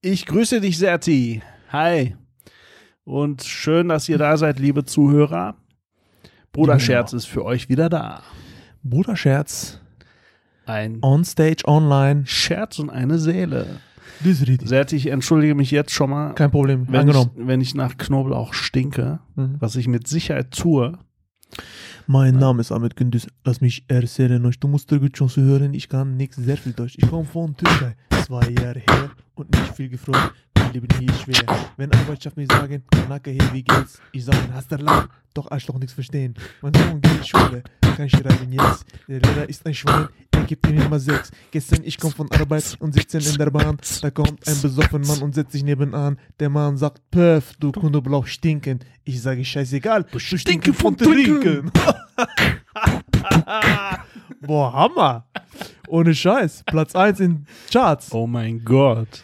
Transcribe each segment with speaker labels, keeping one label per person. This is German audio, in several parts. Speaker 1: Ich grüße dich, Serti. Hi. Und schön, dass ihr da seid, liebe Zuhörer. Bruderscherz ist für euch wieder da.
Speaker 2: Bruderscherz.
Speaker 1: Ein
Speaker 2: Onstage, online.
Speaker 1: Scherz und eine Seele.
Speaker 2: Das ist richtig.
Speaker 1: Serti, ich entschuldige mich jetzt schon mal,
Speaker 2: Kein Problem.
Speaker 1: wenn ich,
Speaker 2: Angenommen.
Speaker 1: wenn ich nach Knoblauch stinke,
Speaker 2: Mhm.
Speaker 1: was ich mit Sicherheit tue.
Speaker 2: Mein Name ist Ahmet Gündüz. Lass mich erzählen euch. Du musst Türkisch schon zu hören. Ich kann nichts, sehr viel Deutsch. Ich komme von Türkei. Zwei Jahre her und nicht viel gefreut. Mein Leben hier ist schwer. Wenn Arbeitschaft mir sagen, Kanake, hey, wie geht's? Ich sage, hast du lang? Doch Arschloch nichts verstehen. Mein Sohn geht in Schule. Kann schreiben jetzt. Der Lehrer ist ein Schwein. Er gibt ihm immer sechs. Gestern, ich komme von Arbeit und 17 in der Bahn. Da kommt ein besoffener Mann und setzt sich nebenan. Der Mann sagt, Pöff, du Knoblauch stinken. Ich sage, scheißegal, du stinken von trinken. Boah, Hammer. Ohne Scheiß. Platz 1 in Charts.
Speaker 1: Oh mein Gott.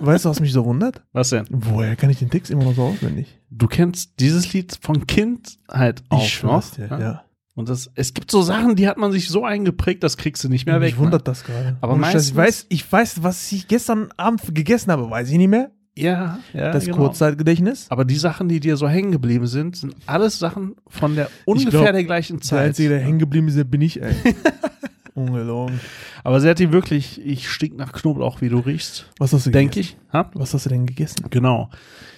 Speaker 2: Weißt du, was mich so wundert?
Speaker 1: Was denn?
Speaker 2: Woher kann ich den Text immer noch so auswendig?
Speaker 1: Du kennst dieses Lied von Kindheit auch noch.
Speaker 2: schwör's dir,
Speaker 1: ne?
Speaker 2: ja.
Speaker 1: Und das, es gibt so Sachen, die hat man sich so eingeprägt, das kriegst du nicht mehr weg. ne?
Speaker 2: Mich wundert das gerade.
Speaker 1: Aber
Speaker 2: Ohne
Speaker 1: meistens-
Speaker 2: Scheiß, ich weiß, ich weiß, was ich gestern Abend gegessen habe, weiß ich nicht mehr.
Speaker 1: ne? Ja, ja.
Speaker 2: Das
Speaker 1: genau.
Speaker 2: Kurzzeitgedächtnis.
Speaker 1: Aber die Sachen, die dir so hängen geblieben sind, sind alles Sachen von der ungefähr
Speaker 2: glaub,
Speaker 1: der gleichen
Speaker 2: Der
Speaker 1: Zeit.
Speaker 2: Einzige, der hängen geblieben ist, bin ich, ey. Ungelogen.
Speaker 1: Aber Serti, wirklich, ich stink nach Knoblauch, wie du riechst.
Speaker 2: Was hast du
Speaker 1: Denke
Speaker 2: gegessen?
Speaker 1: ich. Ha?
Speaker 2: Was hast du denn gegessen?
Speaker 1: Genau.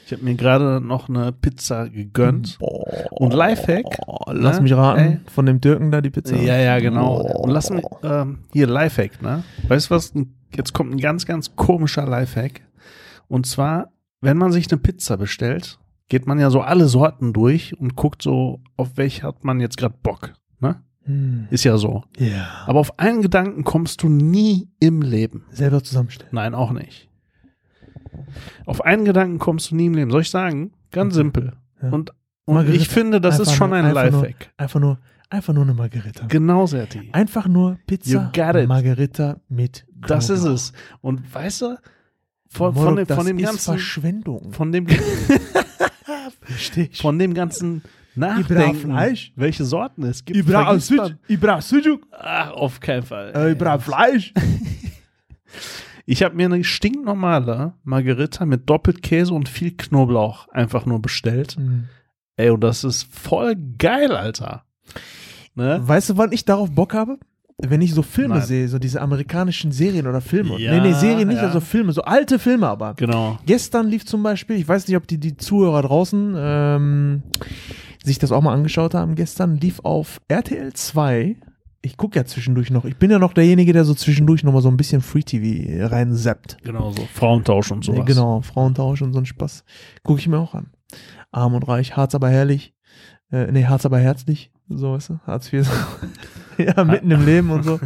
Speaker 1: Ich habe mir gerade noch eine Pizza gegönnt. Und Lifehack.
Speaker 2: Boah, Hm. Oh, lass
Speaker 1: ne?
Speaker 2: mich raten.
Speaker 1: Ey.
Speaker 2: Von dem Türken da die Pizza.
Speaker 1: Ja, ja, genau.
Speaker 2: Boah.
Speaker 1: Und lass mich, ähm, hier, Lifehack, ne? Weißt du was? Ein- Jetzt kommt ein ganz, ganz komischer Lifehack. Und zwar, wenn man sich eine Pizza bestellt, geht man ja so alle Sorten durch und guckt so, auf welche hat man jetzt gerade Bock. Ne?
Speaker 2: Hm.
Speaker 1: Ist ja so.
Speaker 2: Ja.
Speaker 1: Aber auf einen Gedanken kommst du nie im Leben.
Speaker 2: Selber zusammenstellen.
Speaker 1: Nein, auch nicht. Auf einen Gedanken kommst du nie im Leben. Soll ich sagen? Ganz simpel.
Speaker 2: Ja.
Speaker 1: Und, und
Speaker 2: Margarita.
Speaker 1: ich finde, das ist
Speaker 2: Einfach
Speaker 1: schon
Speaker 2: nur-
Speaker 1: ein
Speaker 2: einfach nur-
Speaker 1: Lifehack.
Speaker 2: ne? Einfach nur, einfach nur eine Margarita.
Speaker 1: Genau, Serti.
Speaker 2: Einfach nur Pizza
Speaker 1: You got it.
Speaker 2: Margarita mit
Speaker 1: Das ist
Speaker 2: Knoblauch.
Speaker 1: es. Und weißt du, von,
Speaker 2: Mordok,
Speaker 1: von, dem,
Speaker 2: das
Speaker 1: von dem
Speaker 2: ist
Speaker 1: ganzen,
Speaker 2: Verschwendung.
Speaker 1: von dem,
Speaker 2: Verstehst
Speaker 1: von dem ganzen
Speaker 2: brauch
Speaker 1: Nachdenken,
Speaker 2: Fleisch.
Speaker 1: welche Sorten es gibt.
Speaker 2: Ich brauche
Speaker 1: vergisst
Speaker 2: Sujuk.
Speaker 1: man.
Speaker 2: Ich brauche Sujuk.
Speaker 1: Ach, auf keinen Fall.
Speaker 2: Äh, Ich brauche Fleisch.
Speaker 1: Ich habe mir eine stinknormale Margarita mit Doppelkäse und viel Knoblauch einfach nur bestellt. Ey, und das ist voll geil, Alter. Ne?
Speaker 2: Weißt du, wann ich darauf Bock habe? Wenn ich so Filme
Speaker 1: Nein.
Speaker 2: sehe, so diese amerikanischen Serien oder Filme.
Speaker 1: Ja,
Speaker 2: nee, nee, Serien nicht,
Speaker 1: ja.
Speaker 2: also Filme, so alte Filme aber.
Speaker 1: Genau.
Speaker 2: Gestern lief zum Beispiel, ich weiß nicht, ob die, die Zuhörer draußen ähm, sich das auch mal angeschaut haben, gestern lief auf RTL 2, ich gucke ja zwischendurch noch, ich bin ja noch derjenige, der so zwischendurch nochmal so ein bisschen Free-TV reinseppt.
Speaker 1: Genau so. Frauentausch und sowas.
Speaker 2: Nee, genau, Frauentausch und so ein Spaß. Gucke ich mir auch an. Arm und reich, Harz aber herrlich. Äh, nee, Harz aber herzlich. So, weißt du? Hartz IV. So.
Speaker 1: Ah.
Speaker 2: ja, mitten im Leben und so.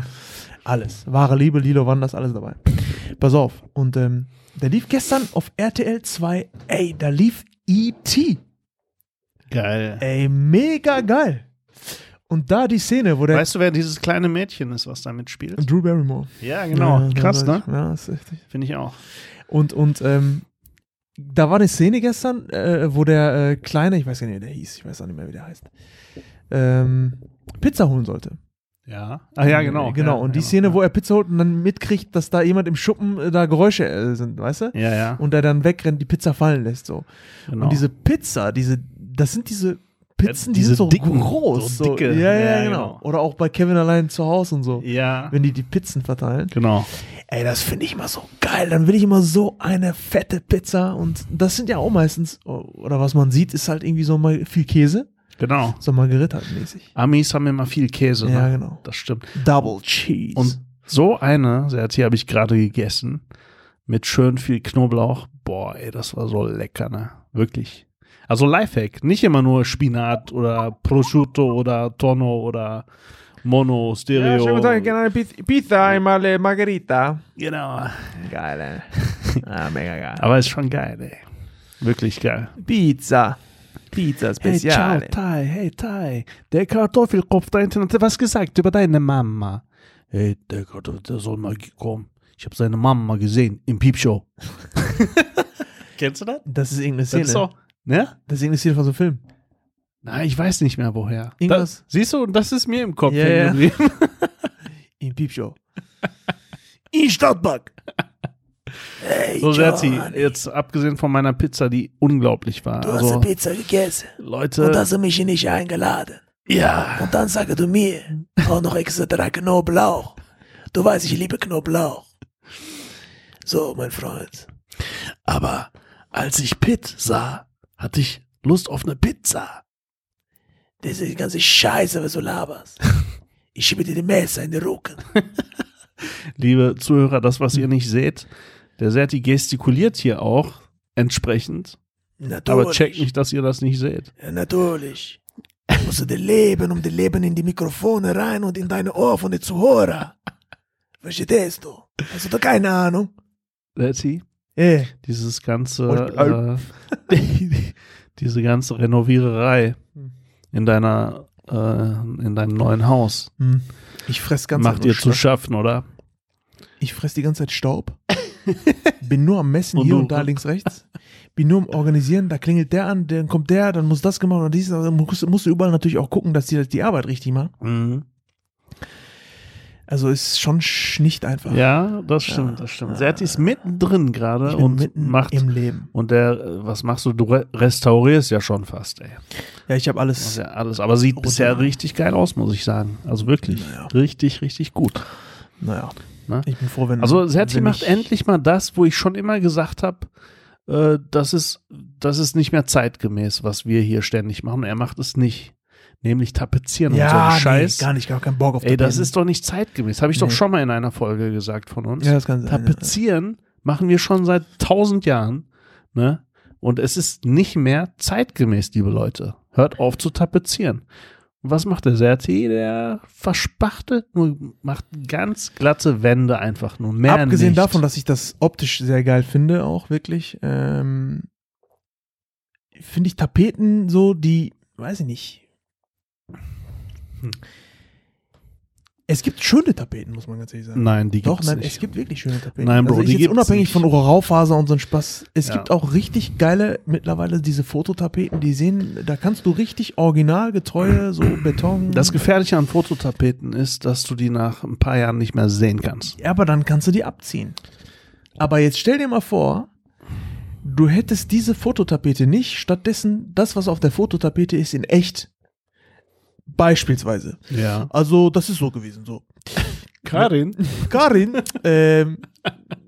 Speaker 2: Alles. Wahre Liebe, Lilo Wanders, alles dabei. Pass auf. Und ähm, der lief gestern auf RTL 2. Ey, da lief E.T.
Speaker 1: Geil.
Speaker 2: Ey, mega geil. Und da die Szene, wo der
Speaker 1: Weißt du, wer dieses kleine Mädchen ist, was da mitspielt?
Speaker 2: Drew Barrymore.
Speaker 1: Ja, genau.
Speaker 2: Ja,
Speaker 1: Krass,
Speaker 2: das-
Speaker 1: ne?
Speaker 2: Ja, das ist richtig.
Speaker 1: Finde ich auch.
Speaker 2: Und, und ähm, da war eine Szene gestern, äh, wo der äh, Kleine, ich weiß gar nicht, wie der hieß, ich weiß auch nicht mehr, wie der heißt, ähm, Pizza holen sollte.
Speaker 1: Ja. Ah, ja, genau.
Speaker 2: Genau,
Speaker 1: ja,
Speaker 2: und die
Speaker 1: genau.
Speaker 2: Szene, wo er Pizza holt und dann mitkriegt, dass da jemand im Schuppen äh, da Geräusche äh, sind, weißt du?
Speaker 1: Ja, ja.
Speaker 2: Und er dann wegrennt, die Pizza fallen lässt, so.
Speaker 1: genau. Äh,
Speaker 2: Und diese Pizza, diese, das sind diese Pizzen, die
Speaker 1: diese
Speaker 2: sind so
Speaker 1: dicken,
Speaker 2: groß.
Speaker 1: so
Speaker 2: So
Speaker 1: dicke.
Speaker 2: Ja, ja,
Speaker 1: Ja,
Speaker 2: genau.
Speaker 1: genau.
Speaker 2: Oder auch bei Kevin allein zu Hause und so.
Speaker 1: ja.
Speaker 2: Wenn die die Pizzen verteilen.
Speaker 1: Genau.
Speaker 2: Ey, das finde ich immer so geil. Dann will ich immer so eine fette Pizza. Und das sind ja auch meistens, oder was man sieht, ist halt irgendwie so mal viel Käse.
Speaker 1: Genau.
Speaker 2: So Margarita-mäßig.
Speaker 1: Amis haben immer viel Käse.
Speaker 2: Ja,
Speaker 1: ne?
Speaker 2: genau.
Speaker 1: Das stimmt.
Speaker 2: Double Cheese.
Speaker 1: Und so eine, Serti, habe ich gerade gegessen. Mit schön viel Knoblauch. Boah, ey, das war so lecker, ne? Wirklich. Also Lifehack. Nicht immer nur Spinat oder Prosciutto oder Tonno oder Mono, Stereo.
Speaker 2: eine Pizza, einmal äh, Margarita.
Speaker 1: Genau.
Speaker 2: Geil, ey. Ah, mega geil.
Speaker 1: Aber ist schon geil, ey. Wirklich geil.
Speaker 2: Pizza. Pizza
Speaker 1: Hey, ciao, Tai, hey, Tai. Der Kartoffelkopf da hinten hat was gesagt über deine Mama. Hey, der Kartoffel, der soll mal kommen. Ich habe seine Mama gesehen im Piepshow. Kennst du das?
Speaker 2: Das ist irgendeine
Speaker 1: Das
Speaker 2: Szene.
Speaker 1: ist doch, ne?
Speaker 2: Das ist irgendeine Szene von so einem Film.
Speaker 1: Nein, ich weiß nicht mehr woher.
Speaker 2: Irgendwas-
Speaker 1: Das, siehst du, und das ist mir im Kopf
Speaker 2: Ja,
Speaker 1: hängen geblieben.
Speaker 2: Im Piepshow. In Stadtpark. Hey,
Speaker 1: So, Serzi, jetzt abgesehen von meiner Pizza, die unglaublich war. Also,
Speaker 2: Pizza gegessen
Speaker 1: Leute,
Speaker 2: du mich nicht eingeladen.
Speaker 1: ja,
Speaker 2: Und dann sage du mir, auch noch extra drei Knoblauch. Du weißt, ich liebe Knoblauch. So, mein Freund.
Speaker 1: aber als ich Pitt sah, hatte ich Lust auf eine Pizza.
Speaker 2: Diese ganze Scheiße, was du laberst. Ich schiebe dir die Messer in den Rücken.
Speaker 1: Liebe Zuhörer, das, was ihr nicht seht, der Serti gestikuliert hier auch entsprechend,
Speaker 2: Natürlich.
Speaker 1: aber checkt nicht, dass ihr das nicht seht.
Speaker 2: Ja, natürlich. Du musst dir leben, um die Leben in die Mikrofone rein und in deine Ohren zu hören. Verstehst du? Hast du da keine Ahnung?
Speaker 1: Serti, Eh.
Speaker 2: Ey,
Speaker 1: dieses
Speaker 2: Oh, ich bin
Speaker 1: ganze,
Speaker 2: alt.
Speaker 1: äh, diese ganze Renoviererei
Speaker 2: Hm.
Speaker 1: in deiner, äh, in deinem neuen Haus
Speaker 2: Hm. ich fress ganz
Speaker 1: macht ihr zu schaffen, oder?
Speaker 2: Ich fress die ganze Zeit Staub. Bin nur am Messen
Speaker 1: Und
Speaker 2: hier
Speaker 1: du?
Speaker 2: und da links, rechts. Bin nur am Organisieren, da klingelt der an, dann kommt der, dann muss das gemacht und dies. Dann musst, musst du überall natürlich auch gucken, dass die die Arbeit richtig machen.
Speaker 1: Mhm.
Speaker 2: Also ist schon sch- nicht einfach.
Speaker 1: Ja, das stimmt, das stimmt. Serti ist mittendrin gerade
Speaker 2: ich bin
Speaker 1: und
Speaker 2: mitten
Speaker 1: macht
Speaker 2: im Leben.
Speaker 1: und der, äh, was machst du? Du re restaurierst ja schon fast, ey.
Speaker 2: Ja, ich habe
Speaker 1: Das
Speaker 2: alles.
Speaker 1: ist ja alles, aber sieht
Speaker 2: Rosa.
Speaker 1: bisher richtig geil aus, muss ich sagen. Also wirklich,
Speaker 2: Naja.
Speaker 1: richtig, richtig gut.
Speaker 2: Naja,
Speaker 1: Ne?
Speaker 2: ich bin froh, wenn.
Speaker 1: Also Serti
Speaker 2: Mhm. wenn
Speaker 1: macht
Speaker 2: ich-
Speaker 1: endlich mal das, wo ich schon immer gesagt habe, äh, das, ist, das ist nicht mehr zeitgemäß, was wir hier ständig machen. Er macht es nicht. Nämlich tapezieren und so
Speaker 2: Ja,
Speaker 1: einen
Speaker 2: nee,
Speaker 1: Scheiß.
Speaker 2: gar nicht, gar keinen Bock auf
Speaker 1: Ey, das
Speaker 2: Tabellen.
Speaker 1: ist doch nicht zeitgemäß. Habe ich doch
Speaker 2: Nee.
Speaker 1: schon mal in einer Folge gesagt von uns.
Speaker 2: Ja, das kann sein.
Speaker 1: Tapezieren machen wir schon seit tausend Jahren. Ne? Und es ist nicht mehr zeitgemäß, liebe Leute. Hört auf zu tapezieren. Und was macht der Serti? Der verspachtelt nur, macht ganz glatte Wände einfach nur. Mehr
Speaker 2: Abgesehen
Speaker 1: nicht.
Speaker 2: davon, dass ich das optisch sehr geil finde, auch wirklich, ähm, finde ich Tapeten so, die, weiß ich nicht.
Speaker 1: Hm.
Speaker 2: Es gibt schöne Tapeten, muss man ganz ehrlich sagen.
Speaker 1: Nein, die
Speaker 2: Doch,
Speaker 1: gibt's
Speaker 2: nein,
Speaker 1: nicht.
Speaker 2: es gibt wirklich schöne Tapeten.
Speaker 1: Nein, Bro,
Speaker 2: also ich
Speaker 1: die
Speaker 2: jetzt
Speaker 1: gibt's
Speaker 2: unabhängig
Speaker 1: nicht.
Speaker 2: von Oralfaser und so ein Spaß. Es
Speaker 1: Ja.
Speaker 2: gibt auch richtig geile, mittlerweile diese Fototapeten, die sehen, da kannst du richtig originalgetreue, so Beton.
Speaker 1: das Gefährliche an Fototapeten ist, dass du die nach ein paar Jahren nicht mehr sehen kannst.
Speaker 2: Ja, aber dann kannst du die abziehen. Aber jetzt stell dir mal vor, du hättest diese Fototapete nicht, stattdessen das, was auf der Fototapete ist, in echt. Beispielsweise.
Speaker 1: Ja.
Speaker 2: Also, das ist so gewesen, so.
Speaker 1: Karin,
Speaker 2: Karin, ähm,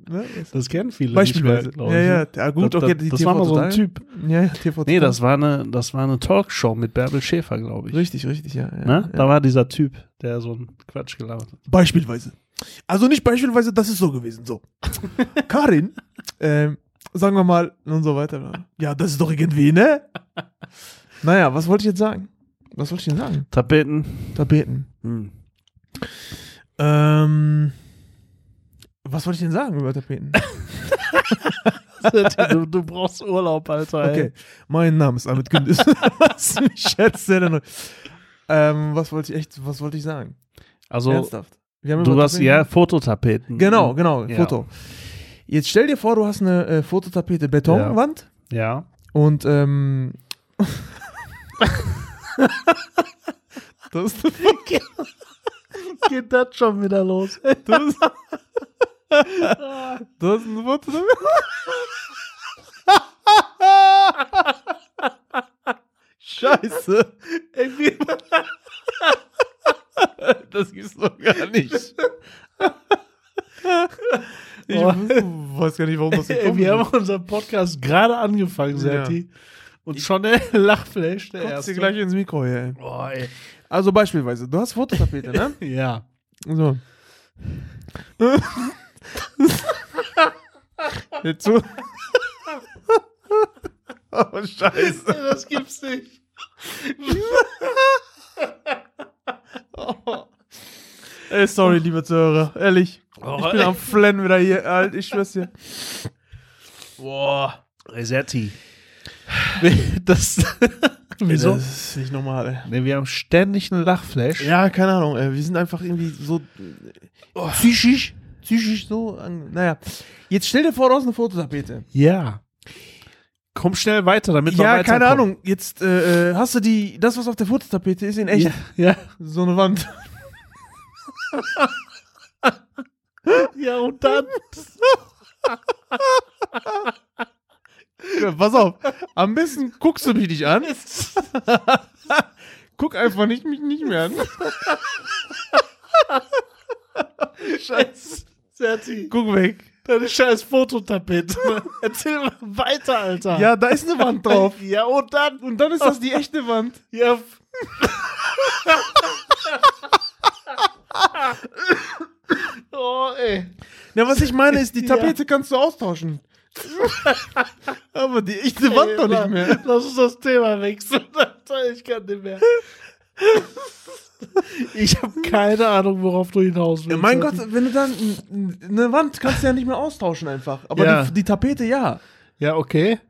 Speaker 2: ne,
Speaker 1: das kennen viele.
Speaker 2: beispielsweise. ja, ja, ja, gut,
Speaker 1: ne? Das-
Speaker 2: okay,
Speaker 1: das- das war mal so ein
Speaker 2: TV-Total.
Speaker 1: Typ.
Speaker 2: Ja, ja, TV
Speaker 1: Nee, das war eine, das war eine Talkshow mit Bärbel Schäfer, glaube ich.
Speaker 2: Richtig, richtig, ja. ja,
Speaker 1: Ne?
Speaker 2: ja.
Speaker 1: Da war dieser Typ, der so einen Quatsch gelabert hat.
Speaker 2: Beispielsweise. Also nicht beispielsweise, das ist so gewesen, so. Karin, ähm, sagen wir mal und so weiter. ne? Ja, das ist doch irgendwie, ne? Naja, was wollte ich jetzt sagen? Was wollte ich denn sagen?
Speaker 1: Tapeten.
Speaker 2: Tapeten.
Speaker 1: Hm.
Speaker 2: Ähm, was wollte ich denn sagen über Tapeten?
Speaker 1: Du, du brauchst Urlaub, Alter. ey.
Speaker 2: Okay, mein Name ist Amit Gündüz. was mich schätzt der denn? Ähm, was wollte ich echt, was wollte ich sagen?
Speaker 1: Also,
Speaker 2: Ernsthaft. Wir haben
Speaker 1: du
Speaker 2: über
Speaker 1: hast
Speaker 2: Tapeten-
Speaker 1: ja Fototapeten.
Speaker 2: Genau, genau,
Speaker 1: Ja.
Speaker 2: Foto. Jetzt stell dir vor, du hast eine äh, Fototapete Betonwand.
Speaker 1: Ja.
Speaker 2: Und ähm. das,
Speaker 1: Geht das schon wieder los?
Speaker 2: das, das ist ein Wort. Scheiße. Das gibt's doch gar nicht. Ich
Speaker 1: Oh.
Speaker 2: weiß gar nicht, warum das
Speaker 1: Ey,
Speaker 2: gekommen
Speaker 1: wir haben
Speaker 2: ist.
Speaker 1: unseren Podcast gerade angefangen, Serti. Und schon der Lachflash, der
Speaker 2: Kommst
Speaker 1: erste.
Speaker 2: dir gleich ins Mikro, ey.
Speaker 1: Boah, ey.
Speaker 2: Also beispielsweise, du hast Fototapete, ne?
Speaker 1: Ja.
Speaker 2: So. Jetzt so. Oh, scheiße.
Speaker 1: Das gibt's nicht.
Speaker 2: Ey, sorry, liebe Zuhörer. Ehrlich.
Speaker 1: Oh,
Speaker 2: Ich bin am Flennen wieder hier. Alt, ich schwör's dir.
Speaker 1: Boah. Resetti. Das. Wieso?
Speaker 2: Äh, Das ist nicht normal, ey.
Speaker 1: Ne, wir haben ständig einen Lachflash.
Speaker 2: Ja, keine Ahnung, ey. Wir sind einfach irgendwie so
Speaker 1: Oh.
Speaker 2: psychisch, psychisch so. An, naja. Jetzt stell dir vor, du hast eine Fototapete.
Speaker 1: Ja. Komm schnell weiter, damit wir
Speaker 2: Ja, keine
Speaker 1: weiterkommen.
Speaker 2: Ahnung. Jetzt äh, äh, hast du die, das, was auf der Fototapete ist, in echt.
Speaker 1: Ja, ja.
Speaker 2: So eine Wand.
Speaker 1: ja, und dann.
Speaker 2: Ja, Pass auf, am besten guckst du mich nicht an. Guck einfach nicht, mich nicht mehr an.
Speaker 1: Scheiß. Serti,
Speaker 2: Guck weg.
Speaker 1: deine scheiß Fototapete. Erzähl mal weiter, Alter.
Speaker 2: Ja, da ist eine Wand drauf.
Speaker 1: Ja, und dann.
Speaker 2: Und dann ist das die echte Wand.
Speaker 1: Ja. oh, ey.
Speaker 2: Ja, was ich meine ist, die
Speaker 1: Ja.
Speaker 2: Tapete kannst du austauschen. Aber die echte Wand
Speaker 1: Ey,
Speaker 2: doch
Speaker 1: la-
Speaker 2: nicht mehr.
Speaker 1: Lass uns das Thema wechseln. Alter, Ich kann nicht mehr. Ich habe keine Ahnung, worauf du hinaus willst.
Speaker 2: Ja, mein Gott,
Speaker 1: Alter.
Speaker 2: wenn du dann n- n- eine Wand kannst du ja nicht mehr austauschen einfach. Aber
Speaker 1: Ja.
Speaker 2: die, die Tapete ja.
Speaker 1: Ja, okay.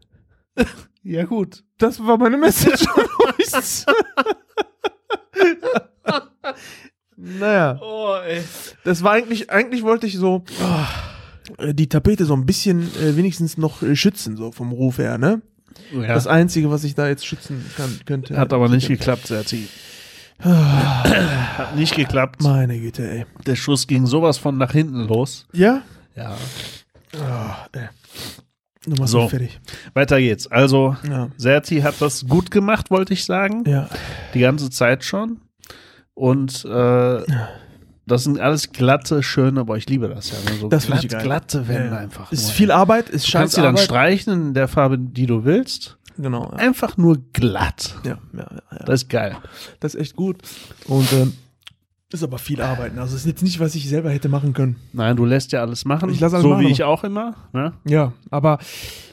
Speaker 1: Ja, gut.
Speaker 2: Das war meine Message an euch. naja,
Speaker 1: Oh, ey.
Speaker 2: das war eigentlich, eigentlich wollte ich so äh, die Tapete so ein bisschen äh, wenigstens noch äh, schützen, so vom Ruf her, ne?
Speaker 1: Ja.
Speaker 2: Das Einzige, was ich da jetzt schützen kann, könnte. äh,
Speaker 1: Hat aber nicht geklappt, Serti. Hat nicht geklappt.
Speaker 2: Meine Güte, ey.
Speaker 1: Der Schuss ging sowas von nach hinten los.
Speaker 2: Ja?
Speaker 1: Ja.
Speaker 2: Ah, ey. Du machst
Speaker 1: So.
Speaker 2: mich fertig.
Speaker 1: Weiter geht's. Also,
Speaker 2: Ja.
Speaker 1: Serti hat das gut gemacht, wollte ich sagen.
Speaker 2: Ja.
Speaker 1: Die ganze Zeit schon. Und äh, das sind alles glatte, schöne, aber ich liebe das ja. ne? So
Speaker 2: Das find
Speaker 1: glatt,
Speaker 2: ich geil.
Speaker 1: glatte Wände
Speaker 2: ja.
Speaker 1: einfach.
Speaker 2: Ist
Speaker 1: nur.
Speaker 2: viel Arbeit, ist
Speaker 1: du kannst
Speaker 2: scheiße
Speaker 1: sie dann
Speaker 2: Arbeit.
Speaker 1: streichen in der Farbe, die du willst.
Speaker 2: Genau. Ja.
Speaker 1: Einfach nur glatt.
Speaker 2: Ja, ja, ja, ja.
Speaker 1: Das ist geil.
Speaker 2: Das ist echt gut. Und ähm, ist aber viel Arbeiten. Also ist jetzt nicht, was ich selber hätte machen können.
Speaker 1: Nein, du lässt ja alles machen.
Speaker 2: Ich lass alles
Speaker 1: so
Speaker 2: machen.
Speaker 1: wie ich auch immer. Ne?
Speaker 2: Ja, aber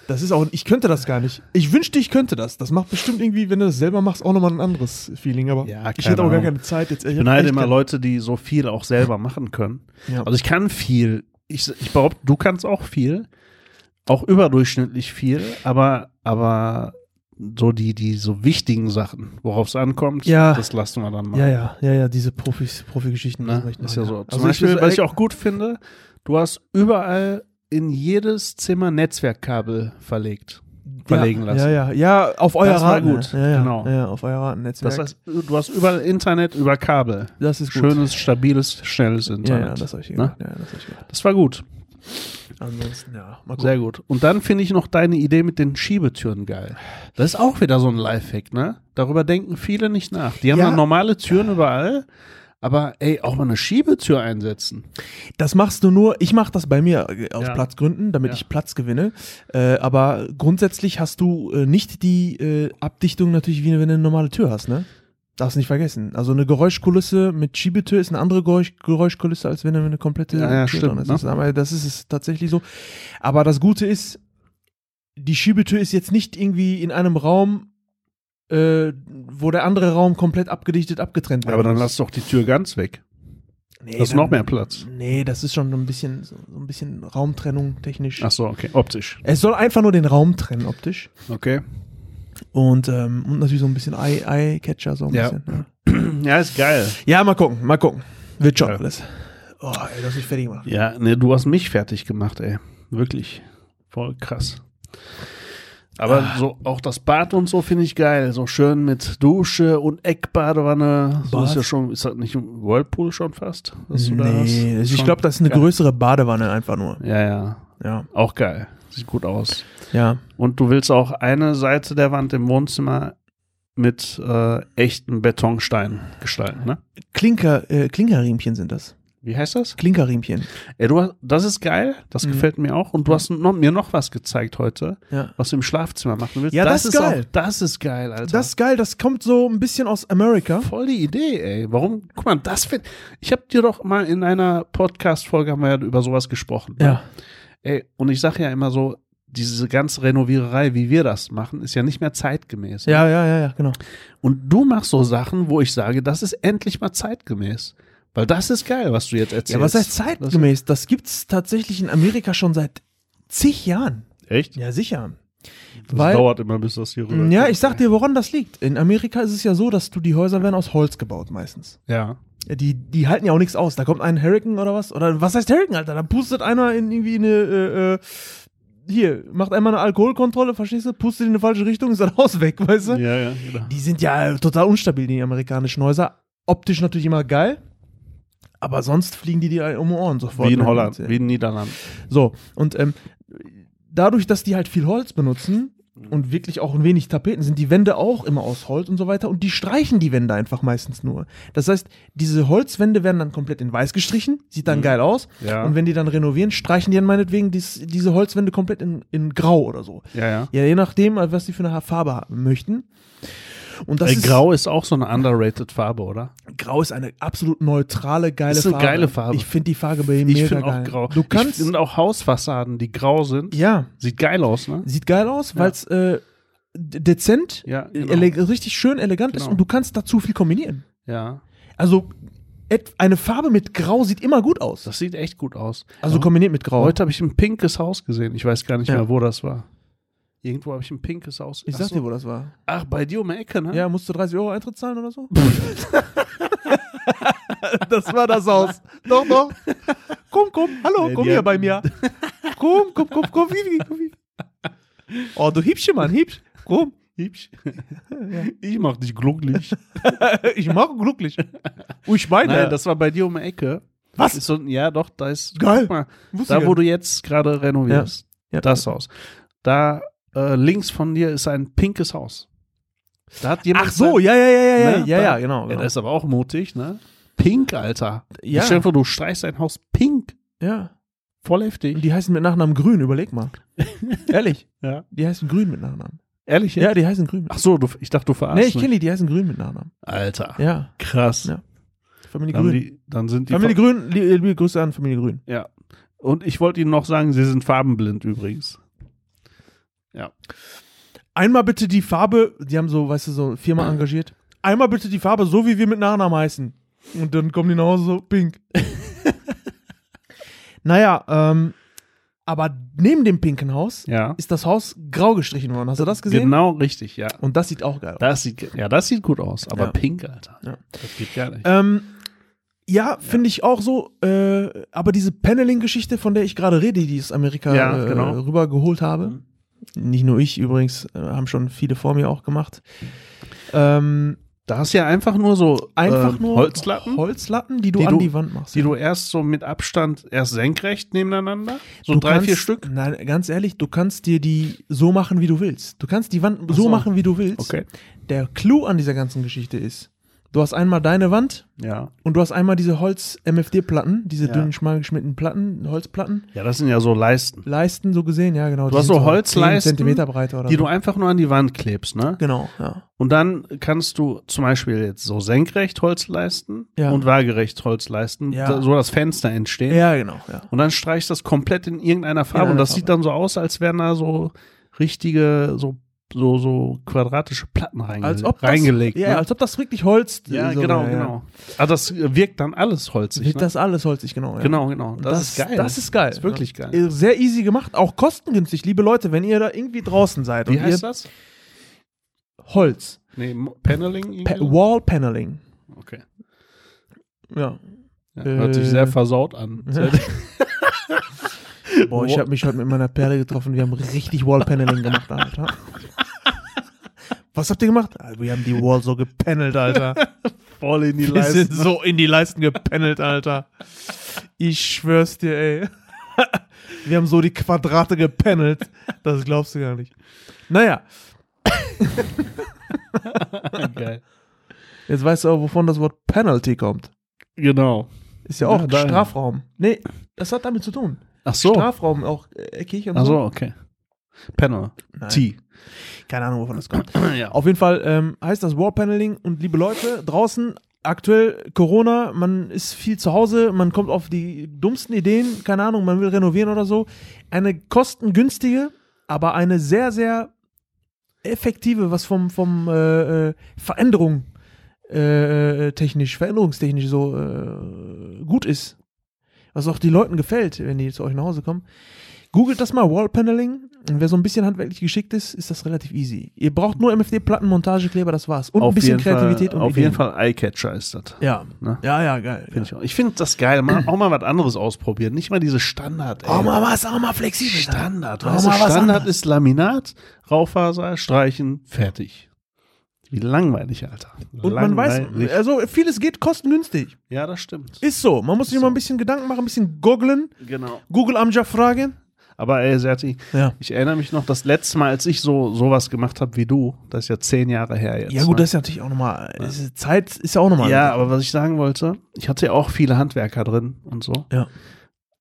Speaker 2: das ist auch, ich könnte das gar nicht. Ich wünschte, ich könnte das. Das macht bestimmt irgendwie, wenn du das selber machst, auch nochmal ein anderes Feeling. Aber
Speaker 1: Ja,
Speaker 2: ich
Speaker 1: keine
Speaker 2: hätte auch gar
Speaker 1: Ahnung.
Speaker 2: keine Zeit jetzt.
Speaker 1: Ich beneide immer Leute, die so viel auch selber machen können.
Speaker 2: Ja.
Speaker 1: Also ich kann viel. Ich, ich behaupte, du kannst auch viel. Auch überdurchschnittlich viel. Aber, aber so die, die so wichtigen Sachen, worauf es ankommt,
Speaker 2: Ja.
Speaker 1: das lassen wir dann mal.
Speaker 2: ja, ja, ja, ja, diese Profis, Profi-Geschichten.
Speaker 1: Ne?
Speaker 2: das möchte ich
Speaker 1: Ist
Speaker 2: noch,
Speaker 1: ja so. Zum
Speaker 2: Also ich
Speaker 1: Beispiel,
Speaker 2: will,
Speaker 1: was ich auch gut finde, du hast überall in jedes Zimmer Netzwerkkabel verlegt. verlegen
Speaker 2: ja,
Speaker 1: lassen.
Speaker 2: Ja, ja, ja, auf euer
Speaker 1: Das war
Speaker 2: Raten.
Speaker 1: gut.
Speaker 2: Ja, ja,
Speaker 1: Genau.
Speaker 2: ja, ja, auf euer Raten-Netzwerk.
Speaker 1: Das heißt, du hast überall Internet über Kabel.
Speaker 2: das ist gut.
Speaker 1: Schönes, stabiles, schnelles
Speaker 2: ja,
Speaker 1: Internet.
Speaker 2: ja, das
Speaker 1: das,
Speaker 2: habe ich
Speaker 1: Ne?
Speaker 2: gemacht. Ja, das hab ich gemacht.
Speaker 1: war gut.
Speaker 2: Ansonsten, ja, mal gucken.
Speaker 1: Sehr gut. Und dann finde ich noch deine Idee mit den Schiebetüren geil. Das ist auch wieder so ein Lifehack, ne? Darüber denken viele nicht nach. Die haben
Speaker 2: Ja.
Speaker 1: dann normale Türen überall, aber ey, auch mal eine Schiebetür einsetzen.
Speaker 2: Das machst du nur, ich mache das bei mir äh, aus
Speaker 1: Ja.
Speaker 2: Platzgründen, damit
Speaker 1: Ja.
Speaker 2: ich Platz gewinne. Äh, aber grundsätzlich hast du äh, nicht die äh, Abdichtung natürlich, wie wenn du eine normale Tür hast, ne? Darfst nicht vergessen. Also eine Geräuschkulisse mit Schiebetür ist eine andere Geräusch Geräuschkulisse, als wenn du eine komplette
Speaker 1: Ja, ja,
Speaker 2: Tür
Speaker 1: stimmt,
Speaker 2: dran hast.
Speaker 1: ne?
Speaker 2: Das ist, aber das ist es tatsächlich so. Aber das Gute ist, die Schiebetür ist jetzt nicht irgendwie in einem Raum, äh, wo der andere Raum komplett abgedichtet, abgetrennt werden
Speaker 1: Aber dann
Speaker 2: muss.
Speaker 1: lass doch die Tür ganz weg.
Speaker 2: nee,
Speaker 1: Das ist
Speaker 2: dann-
Speaker 1: noch mehr Platz.
Speaker 2: Nee, das ist schon so ein bisschen, so so ein bisschen Raumtrennung technisch.
Speaker 1: Ach so, okay. Optisch.
Speaker 2: Es soll einfach nur den Raum trennen, optisch.
Speaker 1: Okay.
Speaker 2: Und, ähm, und natürlich so ein bisschen Eye- Eye-Catcher, so ein
Speaker 1: Ja.
Speaker 2: bisschen. Ne?
Speaker 1: Ja, ist geil.
Speaker 2: Ja, mal gucken, mal gucken. Wird schon
Speaker 1: Ja.
Speaker 2: alles. Oh, ey, das ist fertig gemacht.
Speaker 1: Ja, ne, du hast mich fertig gemacht, ey. Wirklich. Voll krass. Aber
Speaker 2: Ah.
Speaker 1: so auch das Bad und so finde ich geil. So schön mit Dusche und Eckbadewanne. So
Speaker 2: Bad?
Speaker 1: ist ja schon, ist das nicht ein Whirlpool schon fast? was du da hast?
Speaker 2: nee, das- ich
Speaker 1: Schon
Speaker 2: glaube, das ist eine
Speaker 1: geil.
Speaker 2: größere Badewanne einfach nur.
Speaker 1: Ja, ja.
Speaker 2: Ja,
Speaker 1: Auch geil. Sieht gut aus.
Speaker 2: ja.
Speaker 1: Und du willst auch eine Seite der Wand im Wohnzimmer mit äh, echten Betonsteinen gestalten, ne?
Speaker 2: Klinker, äh, Klinkerriemchen sind das.
Speaker 1: Wie heißt das?
Speaker 2: Klinkerriemchen.
Speaker 1: Ey, du hast, das ist geil, das
Speaker 2: Mhm.
Speaker 1: gefällt mir auch. Und du hast noch, mir noch was gezeigt heute,
Speaker 2: Ja.
Speaker 1: was du im Schlafzimmer machen willst.
Speaker 2: Ja, das ist geil.
Speaker 1: Auch, das ist geil, Alter.
Speaker 2: Das ist geil, das kommt so ein bisschen aus Amerika.
Speaker 1: voll die Idee, ey. Warum? Guck mal, das wird. Ich habe dir doch mal in einer Podcast-Folge haben wir ja über sowas gesprochen. ne? Ey, und ich sage ja immer so, diese ganze Renoviererei, wie wir das machen, ist ja nicht mehr zeitgemäß.
Speaker 2: Ja, ja, ja, ja, genau.
Speaker 1: Und du machst so Sachen, wo ich sage, das ist endlich mal zeitgemäß. Weil das ist geil, was du jetzt erzählst.
Speaker 2: Ja, was heißt zeitgemäß? Das gibt's tatsächlich in Amerika schon seit zig Jahren.
Speaker 1: Echt?
Speaker 2: Ja, sicher.
Speaker 1: Das
Speaker 2: Weil-
Speaker 1: dauert immer, bis das hier rüberkommt.
Speaker 2: Ja, ich sag dir, woran das liegt. In Amerika ist es ja so, dass du die Häuser werden aus Holz gebaut meistens.
Speaker 1: Ja.
Speaker 2: Ja, Die, die halten ja auch nichts aus. Da kommt ein Hurricane oder was? Oder was heißt Hurricane, Alter? Da pustet einer in irgendwie eine. Äh, äh, hier, macht einmal eine Alkoholkontrolle, verstehst du? Pustet in eine falsche Richtung, ist dann Haus weg, weißt du?
Speaker 1: Ja, ja, genau.
Speaker 2: Die sind ja total unstabil, die amerikanischen Häuser. Optisch natürlich immer geil. Aber sonst fliegen die dir um die Ohren sofort.
Speaker 1: Wie in
Speaker 2: ne?
Speaker 1: Holland,
Speaker 2: Und, äh,
Speaker 1: wie in Niederland.
Speaker 2: So, und ähm, dadurch, dass die halt viel Holz benutzen und wirklich auch ein wenig Tapeten, sind die Wände auch immer aus Holz und so weiter und die streichen die Wände einfach meistens nur. Das heißt, diese Holzwände werden dann komplett in weiß gestrichen, sieht dann
Speaker 1: Mhm.
Speaker 2: geil aus.
Speaker 1: Ja.
Speaker 2: Und wenn die dann renovieren, streichen die dann meinetwegen dies, diese Holzwände komplett in, in grau oder so.
Speaker 1: ja, ja.
Speaker 2: Ja, je nachdem, äh, was die für eine Farbe haben möchten. Und das
Speaker 1: Äh,
Speaker 2: ist,
Speaker 1: Grau ist auch so eine underrated Farbe, oder?
Speaker 2: Grau ist eine absolut neutrale, geile
Speaker 1: Ist eine
Speaker 2: Farbe.
Speaker 1: geile Farbe.
Speaker 2: Ich finde die Farbe bei ihm
Speaker 1: Ich
Speaker 2: mega
Speaker 1: finde auch
Speaker 2: geil.
Speaker 1: grau.
Speaker 2: Du kannst,
Speaker 1: ich finde auch Hausfassaden, die grau sind.
Speaker 2: ja,
Speaker 1: Sieht geil aus, ne?
Speaker 2: Sieht geil aus,
Speaker 1: Ja.
Speaker 2: weil es äh, de- dezent,
Speaker 1: Ja, genau.
Speaker 2: ele- richtig schön elegant ist
Speaker 1: Genau.
Speaker 2: und du kannst dazu viel kombinieren.
Speaker 1: Ja.
Speaker 2: Also et- eine Farbe mit Grau sieht immer gut aus.
Speaker 1: Das sieht echt gut aus.
Speaker 2: Also
Speaker 1: Ja.
Speaker 2: kombiniert mit Grau.
Speaker 1: Heute habe ich ein pinkes Haus gesehen. Ich weiß gar nicht
Speaker 2: Ja.
Speaker 1: mehr, wo das war. Irgendwo habe ich ein pinkes Haus.
Speaker 2: ich
Speaker 1: Ach
Speaker 2: sag
Speaker 1: so.
Speaker 2: dir, wo das war.
Speaker 1: Ach, bei dir um die Ecke, ne?
Speaker 2: Ja, musst du 30 Euro Eintritt zahlen oder so? das war das Haus. Doch, doch. Komm, komm, hallo,
Speaker 1: Nee,
Speaker 2: komm
Speaker 1: die
Speaker 2: hier
Speaker 1: hatten-
Speaker 2: bei mir. Komm, komm, komm, komm, Vivi, komm, Vivi. Oh, du Hübsche, Mann, hübsch. Komm,
Speaker 1: Hübsch. Ich mach dich glücklich.
Speaker 2: ich mache glücklich. Und ich meine,
Speaker 1: Nein, das war bei dir um die Ecke.
Speaker 2: Was?
Speaker 1: Ist so, ein- ja, doch, da ist.
Speaker 2: Geil.
Speaker 1: Guck mal,
Speaker 2: wusste
Speaker 1: da,
Speaker 2: ich gar
Speaker 1: wo du jetzt gerade renovierst.
Speaker 2: Ja. Ja.
Speaker 1: Das Haus. Da äh, links von dir ist ein pinkes Haus. Da hat jemand.
Speaker 2: Ach so, ja, ja, ja, ja, ja,
Speaker 1: Ne?
Speaker 2: ja,
Speaker 1: Da-
Speaker 2: ja, genau.
Speaker 1: Ja,
Speaker 2: genau.
Speaker 1: das ist aber auch mutig, ne? Pink, Alter.
Speaker 2: Ja.
Speaker 1: Stell dir vor, du streichst ein Haus pink.
Speaker 2: ja.
Speaker 1: Voll
Speaker 2: Und
Speaker 1: heftig.
Speaker 2: die heißen mit Nachnamen Grün, überleg mal. Ehrlich,
Speaker 1: Ja.
Speaker 2: die heißen Grün mit Nachnamen.
Speaker 1: Ehrlich?
Speaker 2: Ja, die heißen Grün mit
Speaker 1: Ach so, du, ich dachte, du verarschst
Speaker 2: Nee, ich
Speaker 1: mich.
Speaker 2: kenne die, die heißen Grün mit Nachnamen.
Speaker 1: Alter.
Speaker 2: Ja,
Speaker 1: Krass.
Speaker 2: Ja, Familie
Speaker 1: Dann,
Speaker 2: Grün.
Speaker 1: die, dann sind die.
Speaker 2: Familie Grün, li- liebe Grüße an Familie Grün.
Speaker 1: ja. Und ich wollte Ihnen noch sagen, Sie sind farbenblind übrigens.
Speaker 2: Einmal bitte die Farbe, die haben so, weißt du, so Firma engagiert. Einmal bitte die Farbe, so wie wir mit Nachnamen heißen. Und dann kommen die nach Hause so pink. naja, ähm, aber neben dem pinken Haus
Speaker 1: Ja.
Speaker 2: ist das Haus grau gestrichen worden. Hast du das gesehen?
Speaker 1: Genau richtig, ja.
Speaker 2: Und das sieht auch geil aus.
Speaker 1: Das sieht, ge- ja, das sieht gut aus, aber
Speaker 2: Ja.
Speaker 1: pink, Alter.
Speaker 2: Ja.
Speaker 1: Das geht gar nicht.
Speaker 2: Ähm, ja, finde ich auch so. Äh, aber diese Paneling-Geschichte, von der ich gerade rede, die ich aus Amerika
Speaker 1: Ja,
Speaker 2: äh,
Speaker 1: genau.
Speaker 2: rübergeholt habe,
Speaker 1: Mhm.
Speaker 2: nicht nur ich übrigens, äh, haben schon viele vor mir auch gemacht. Ähm,
Speaker 1: Da hast du ja einfach nur so
Speaker 2: einfach
Speaker 1: ähm,
Speaker 2: nur
Speaker 1: Holzlatten,
Speaker 2: Holzlatten, die du
Speaker 1: Die
Speaker 2: an
Speaker 1: du-
Speaker 2: die Wand machst.
Speaker 1: die du erst so mit Abstand erst senkrecht nebeneinander, so
Speaker 2: Du
Speaker 1: drei,
Speaker 2: kannst,
Speaker 1: vier Stück.
Speaker 2: Nein, ganz ehrlich, du kannst dir die so machen, wie du willst. Du kannst die Wand
Speaker 1: Ach
Speaker 2: so
Speaker 1: so.
Speaker 2: machen, wie du willst.
Speaker 1: Okay.
Speaker 2: Der Clou an dieser ganzen Geschichte ist, du hast einmal deine Wand
Speaker 1: Ja.
Speaker 2: und du hast einmal diese Holz-MFD-Platten, diese
Speaker 1: Ja.
Speaker 2: dünnen, schmal geschnittenen Platten, Holzplatten.
Speaker 1: Ja, das sind ja so Leisten,
Speaker 2: Leisten so gesehen, ja genau.
Speaker 1: Du hast so Holzleisten,
Speaker 2: Zentimeter breiter oder
Speaker 1: die
Speaker 2: so.
Speaker 1: du einfach nur an die Wand klebst, ne?
Speaker 2: Genau, ja.
Speaker 1: Und dann kannst du zum Beispiel jetzt so senkrecht Holz leisten
Speaker 2: Ja.
Speaker 1: und waagerecht Holz leisten,
Speaker 2: Ja.
Speaker 1: da, so das Fenster entsteht.
Speaker 2: Ja, genau, ja.
Speaker 1: Und dann streichst das komplett in irgendeiner Farbe. und
Speaker 2: einer
Speaker 1: das
Speaker 2: Farbe.
Speaker 1: sieht dann so aus, als wären da so richtige, so, so, so quadratische Platten reinge
Speaker 2: Als ob das,
Speaker 1: reingelegt.
Speaker 2: Ja,
Speaker 1: ne?
Speaker 2: als ob das wirklich Holz.
Speaker 1: ja
Speaker 2: so-
Speaker 1: genau,
Speaker 2: ja, ja.
Speaker 1: genau. Also das wirkt dann alles holzig.
Speaker 2: Wird
Speaker 1: ne?
Speaker 2: das alles holzig, genau. Ja.
Speaker 1: genau, genau.
Speaker 2: Und
Speaker 1: Das, ist geil.
Speaker 2: Das ist geil.
Speaker 1: Das ist wirklich
Speaker 2: ja. Äh,
Speaker 1: geil.
Speaker 2: Sehr easy gemacht, auch kostengünstig, liebe Leute, wenn ihr da irgendwie draußen seid.
Speaker 1: Wie
Speaker 2: und
Speaker 1: heißt
Speaker 2: ihr
Speaker 1: das?
Speaker 2: Holz.
Speaker 1: Nee, Mo- Paneling?
Speaker 2: Pa
Speaker 1: irgendwie so?
Speaker 2: Wall Paneling.
Speaker 1: Okay.
Speaker 2: Ja.
Speaker 1: Ja, hört sich
Speaker 2: Äh.
Speaker 1: sehr versaut an. Sehr-
Speaker 2: Boah, ich habe mich heute mit meiner Perle getroffen. Wir haben richtig Wall Paneling gemacht, Alter. Was habt ihr gemacht? Ah, Wir haben die Wall so gepanelt, Alter.
Speaker 1: Voll in die
Speaker 2: Wir sind
Speaker 1: Leiste.
Speaker 2: so in die Leisten gepennelt, Alter. Ich schwör's dir, ey. Wir haben so die Quadrate gepennelt. Das glaubst du gar nicht. Naja,
Speaker 1: geil.
Speaker 2: jetzt weißt du auch, wovon das Wort Penalty kommt.
Speaker 1: Genau.
Speaker 2: Ist ja auch
Speaker 1: Ja, daher.
Speaker 2: Strafraum. Nee, das hat damit zu tun.
Speaker 1: Ach so.
Speaker 2: Strafraum, auch äh, eckig und
Speaker 1: Ach so,
Speaker 2: so.
Speaker 1: okay. Panel.
Speaker 2: Nein,
Speaker 1: T.
Speaker 2: Keine Ahnung, wovon das kommt.
Speaker 1: ja.
Speaker 2: Auf jeden Fall ähm, heißt das Wallpaneling und liebe Leute, draußen aktuell Corona, man ist viel zu Hause, man kommt auf die dummsten Ideen, keine Ahnung, man will renovieren oder so. Eine kostengünstige, aber eine sehr, sehr effektive, was vom, vom äh, äh, Veränderung äh, äh, technisch, veränderungstechnisch so äh, gut ist. Was auch die Leuten gefällt, wenn die zu euch nach Hause kommen. Googelt das mal, Wallpaneling. Und wer so ein bisschen handwerklich geschickt ist, ist das relativ easy. Ihr braucht nur MFD-Platten, Montagekleber, das war's. Und ein
Speaker 1: Auf
Speaker 2: bisschen
Speaker 1: jeden Fall-
Speaker 2: Kreativität und
Speaker 1: Auf
Speaker 2: Ideen.
Speaker 1: jeden Fall Eyecatcher ist das.
Speaker 2: Ja.
Speaker 1: Ne?
Speaker 2: Ja, ja, geil.
Speaker 1: Find Ich, auch. ich finde das geil. Mal, auch mal was anderes ausprobieren. Nicht mal diese Standard. Ey.
Speaker 2: Auch mal was, auch mal flexibel. sein.
Speaker 1: Standard.
Speaker 2: Auch
Speaker 1: Weißt du,
Speaker 2: mal was
Speaker 1: Standard
Speaker 2: anderes.
Speaker 1: ist Laminat, Raufaser, streichen, fertig. Wie langweilig, Alter.
Speaker 2: Und man weiß, Äh,
Speaker 1: Langweilig.
Speaker 2: also vieles geht kostengünstig.
Speaker 1: Ja, das stimmt.
Speaker 2: Ist so. Man muss sich
Speaker 1: So.
Speaker 2: immer ein bisschen Gedanken machen, ein bisschen goggeln,
Speaker 1: Genau.
Speaker 2: Google Amja fragen.
Speaker 1: Aber äh, ey, Serti,
Speaker 2: Ja.
Speaker 1: ich erinnere mich noch, das letzte Mal, als ich so sowas gemacht habe wie du, das ist ja zehn Jahre her jetzt.
Speaker 2: Ja, gut,
Speaker 1: ne?
Speaker 2: das ist ja natürlich auch nochmal. Zeit ist ja auch nochmal.
Speaker 1: Ja, aber was ich sagen wollte, ich hatte ja auch viele Handwerker drin und so.
Speaker 2: Ja.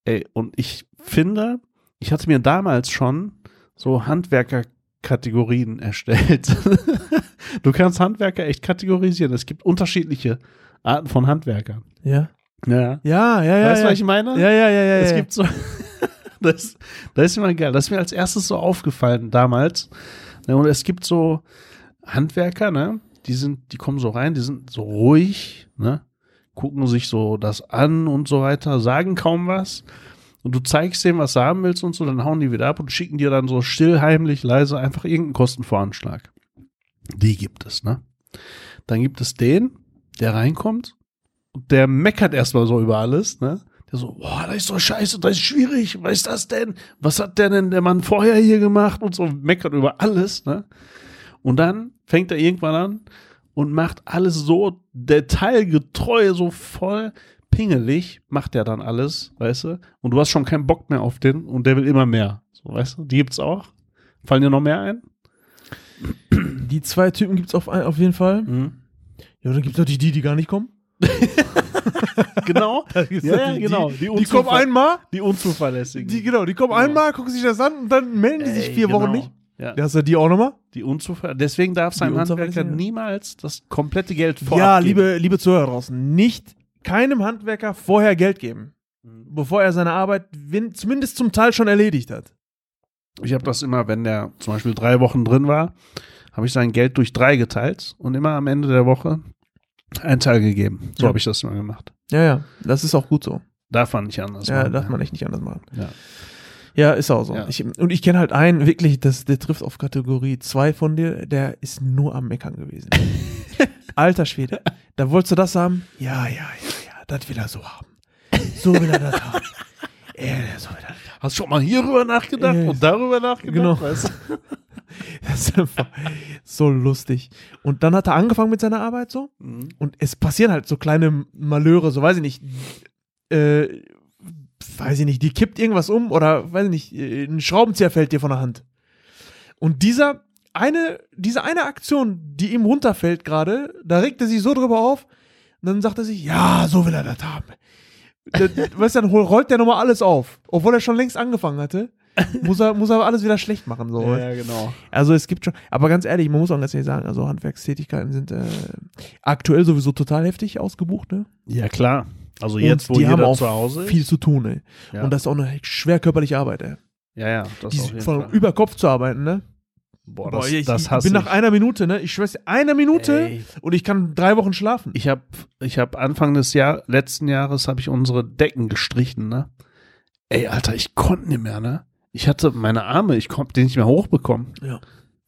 Speaker 1: Ey, und ich finde, ich hatte mir damals schon so Handwerkerkategorien erstellt. du kannst Handwerker echt kategorisieren. Es gibt unterschiedliche Arten von Handwerkern.
Speaker 2: Ja,
Speaker 1: Ja.
Speaker 2: ja, ja. ja
Speaker 1: weißt du,
Speaker 2: ja.
Speaker 1: was ich meine?
Speaker 2: ja, ja, ja, ja.
Speaker 1: Es
Speaker 2: ja.
Speaker 1: gibt so. das, das ist immer geil. Das ist mir als erstes so aufgefallen damals. Ne, Und es gibt so Handwerker, ne? Die sind, die kommen so rein, die sind so ruhig, ne? Gucken sich so das an und so weiter, sagen kaum was. Und du zeigst denen, was du haben willst und so, dann hauen die wieder ab und schicken dir dann so still, heimlich, leise einfach irgendeinen Kostenvoranschlag. Die gibt es, ne? Dann gibt es den, der reinkommt und der meckert erstmal so über alles, ne? Der so, boah, das ist so scheiße, das ist schwierig, was ist das denn? Was hat der denn der Mann vorher hier gemacht und so, meckert über alles, ne? Und dann fängt er irgendwann an und macht alles so detailgetreu, so voll pingelig, macht er dann alles, weißt du? Und du hast schon keinen Bock mehr auf den und der will immer mehr, so, weißt du? Die gibt's auch. Fallen dir noch mehr ein?
Speaker 2: Die zwei Typen gibt es auf, ein- auf jeden Fall. Ja, dann gibt es natürlich die, die gar nicht kommen.
Speaker 1: Genau.
Speaker 2: Da gibt's
Speaker 1: Ja, ja,
Speaker 2: natürlich
Speaker 1: genau.
Speaker 2: Die,
Speaker 1: Die
Speaker 2: die,
Speaker 1: Unzufall-
Speaker 2: kommen einmal,
Speaker 1: Die Unzuverlässigen.
Speaker 2: die, genau, die kommen
Speaker 1: Genau.
Speaker 2: einmal, gucken sich das an und dann melden die sich
Speaker 1: Ey,
Speaker 2: vier Wochen
Speaker 1: genau.
Speaker 2: nicht.
Speaker 1: Ja.
Speaker 2: Da hast du die auch nochmal.
Speaker 1: Die Unzuverlässigen. Deswegen darfst du
Speaker 2: Die
Speaker 1: einem Handwerker
Speaker 2: Unzuverlässigen, ja.
Speaker 1: niemals das komplette Geld vorab
Speaker 2: Ja,
Speaker 1: geben.
Speaker 2: liebe, liebe Zuhörer draußen, nicht keinem Handwerker vorher Geld geben,
Speaker 1: Mhm.
Speaker 2: bevor er seine Arbeit win- zumindest zum Teil schon erledigt hat.
Speaker 1: Ich habe das immer, wenn der zum Beispiel drei Wochen drin war, habe ich sein Geld durch drei geteilt und immer am Ende der Woche einen Teil gegeben. So
Speaker 2: Ja.
Speaker 1: habe ich das immer gemacht.
Speaker 2: Ja, ja, das ist auch gut so.
Speaker 1: Darf man nicht anders
Speaker 2: ja,
Speaker 1: machen.
Speaker 2: darf man echt nicht anders machen.
Speaker 1: Ja.
Speaker 2: Ja, ist auch so.
Speaker 1: Ja.
Speaker 2: Ich, und ich kenne halt einen, wirklich, das, der trifft auf Kategorie 2 von dir, der ist nur am Meckern gewesen. Alter Schwede, da wolltest du das haben? Ja, ja, ja, ja, das will er so haben. So will er das haben. Ja, so will er das haben.
Speaker 1: Hast schon mal hierüber nachgedacht
Speaker 2: Yes.
Speaker 1: und darüber nachgedacht?
Speaker 2: Genau.
Speaker 1: Weißt du?
Speaker 2: Das ist einfach so lustig. Und dann hat er angefangen mit seiner Arbeit so.
Speaker 1: Mhm.
Speaker 2: Und es passieren halt so kleine Malheure, so weiß ich nicht, äh, weiß ich nicht, die kippt irgendwas um oder weiß ich nicht, äh, ein Schraubenzieher fällt dir von der Hand. Und dieser eine, diese eine Aktion, die ihm runterfällt gerade, da regt er sich so drüber auf und dann sagt er sich, ja, so will er das haben. Das, weißt du, dann hol- rollt der nochmal alles auf. Obwohl er schon längst angefangen hatte, muss er, muss er alles wieder schlecht machen. So. weißt du?
Speaker 1: Ja, genau.
Speaker 2: Also es gibt schon, aber ganz ehrlich, man muss auch ganz ehrlich sagen, also Handwerkstätigkeiten sind äh, aktuell sowieso total heftig ausgebucht, ne?
Speaker 1: Ja, klar. Also
Speaker 2: Und
Speaker 1: jetzt, wo
Speaker 2: die
Speaker 1: jeder
Speaker 2: haben auch
Speaker 1: zu Hause ist.
Speaker 2: Viel zu tun, ey.
Speaker 1: ja.
Speaker 2: Und das ist auch eine schwer körperliche Arbeit, ey.
Speaker 1: ja, ja, das
Speaker 2: Die
Speaker 1: auf jeden
Speaker 2: von
Speaker 1: Fall.
Speaker 2: über Kopf zu arbeiten, ne?
Speaker 1: Boah, das,
Speaker 2: ich,
Speaker 1: das
Speaker 2: ich
Speaker 1: hasse
Speaker 2: bin nach
Speaker 1: ich.
Speaker 2: einer Minute, ne? Ich schwör's dir, einer Minute
Speaker 1: Ey.
Speaker 2: und ich kann drei Wochen schlafen.
Speaker 1: Ich habe ich hab Anfang des Jahr, letzten Jahres habe ich unsere Decken gestrichen, ne? Ey, Alter, ich konnte nicht mehr, ne? Ich hatte meine Arme, ich konnte die nicht mehr hochbekommen.
Speaker 2: Ja.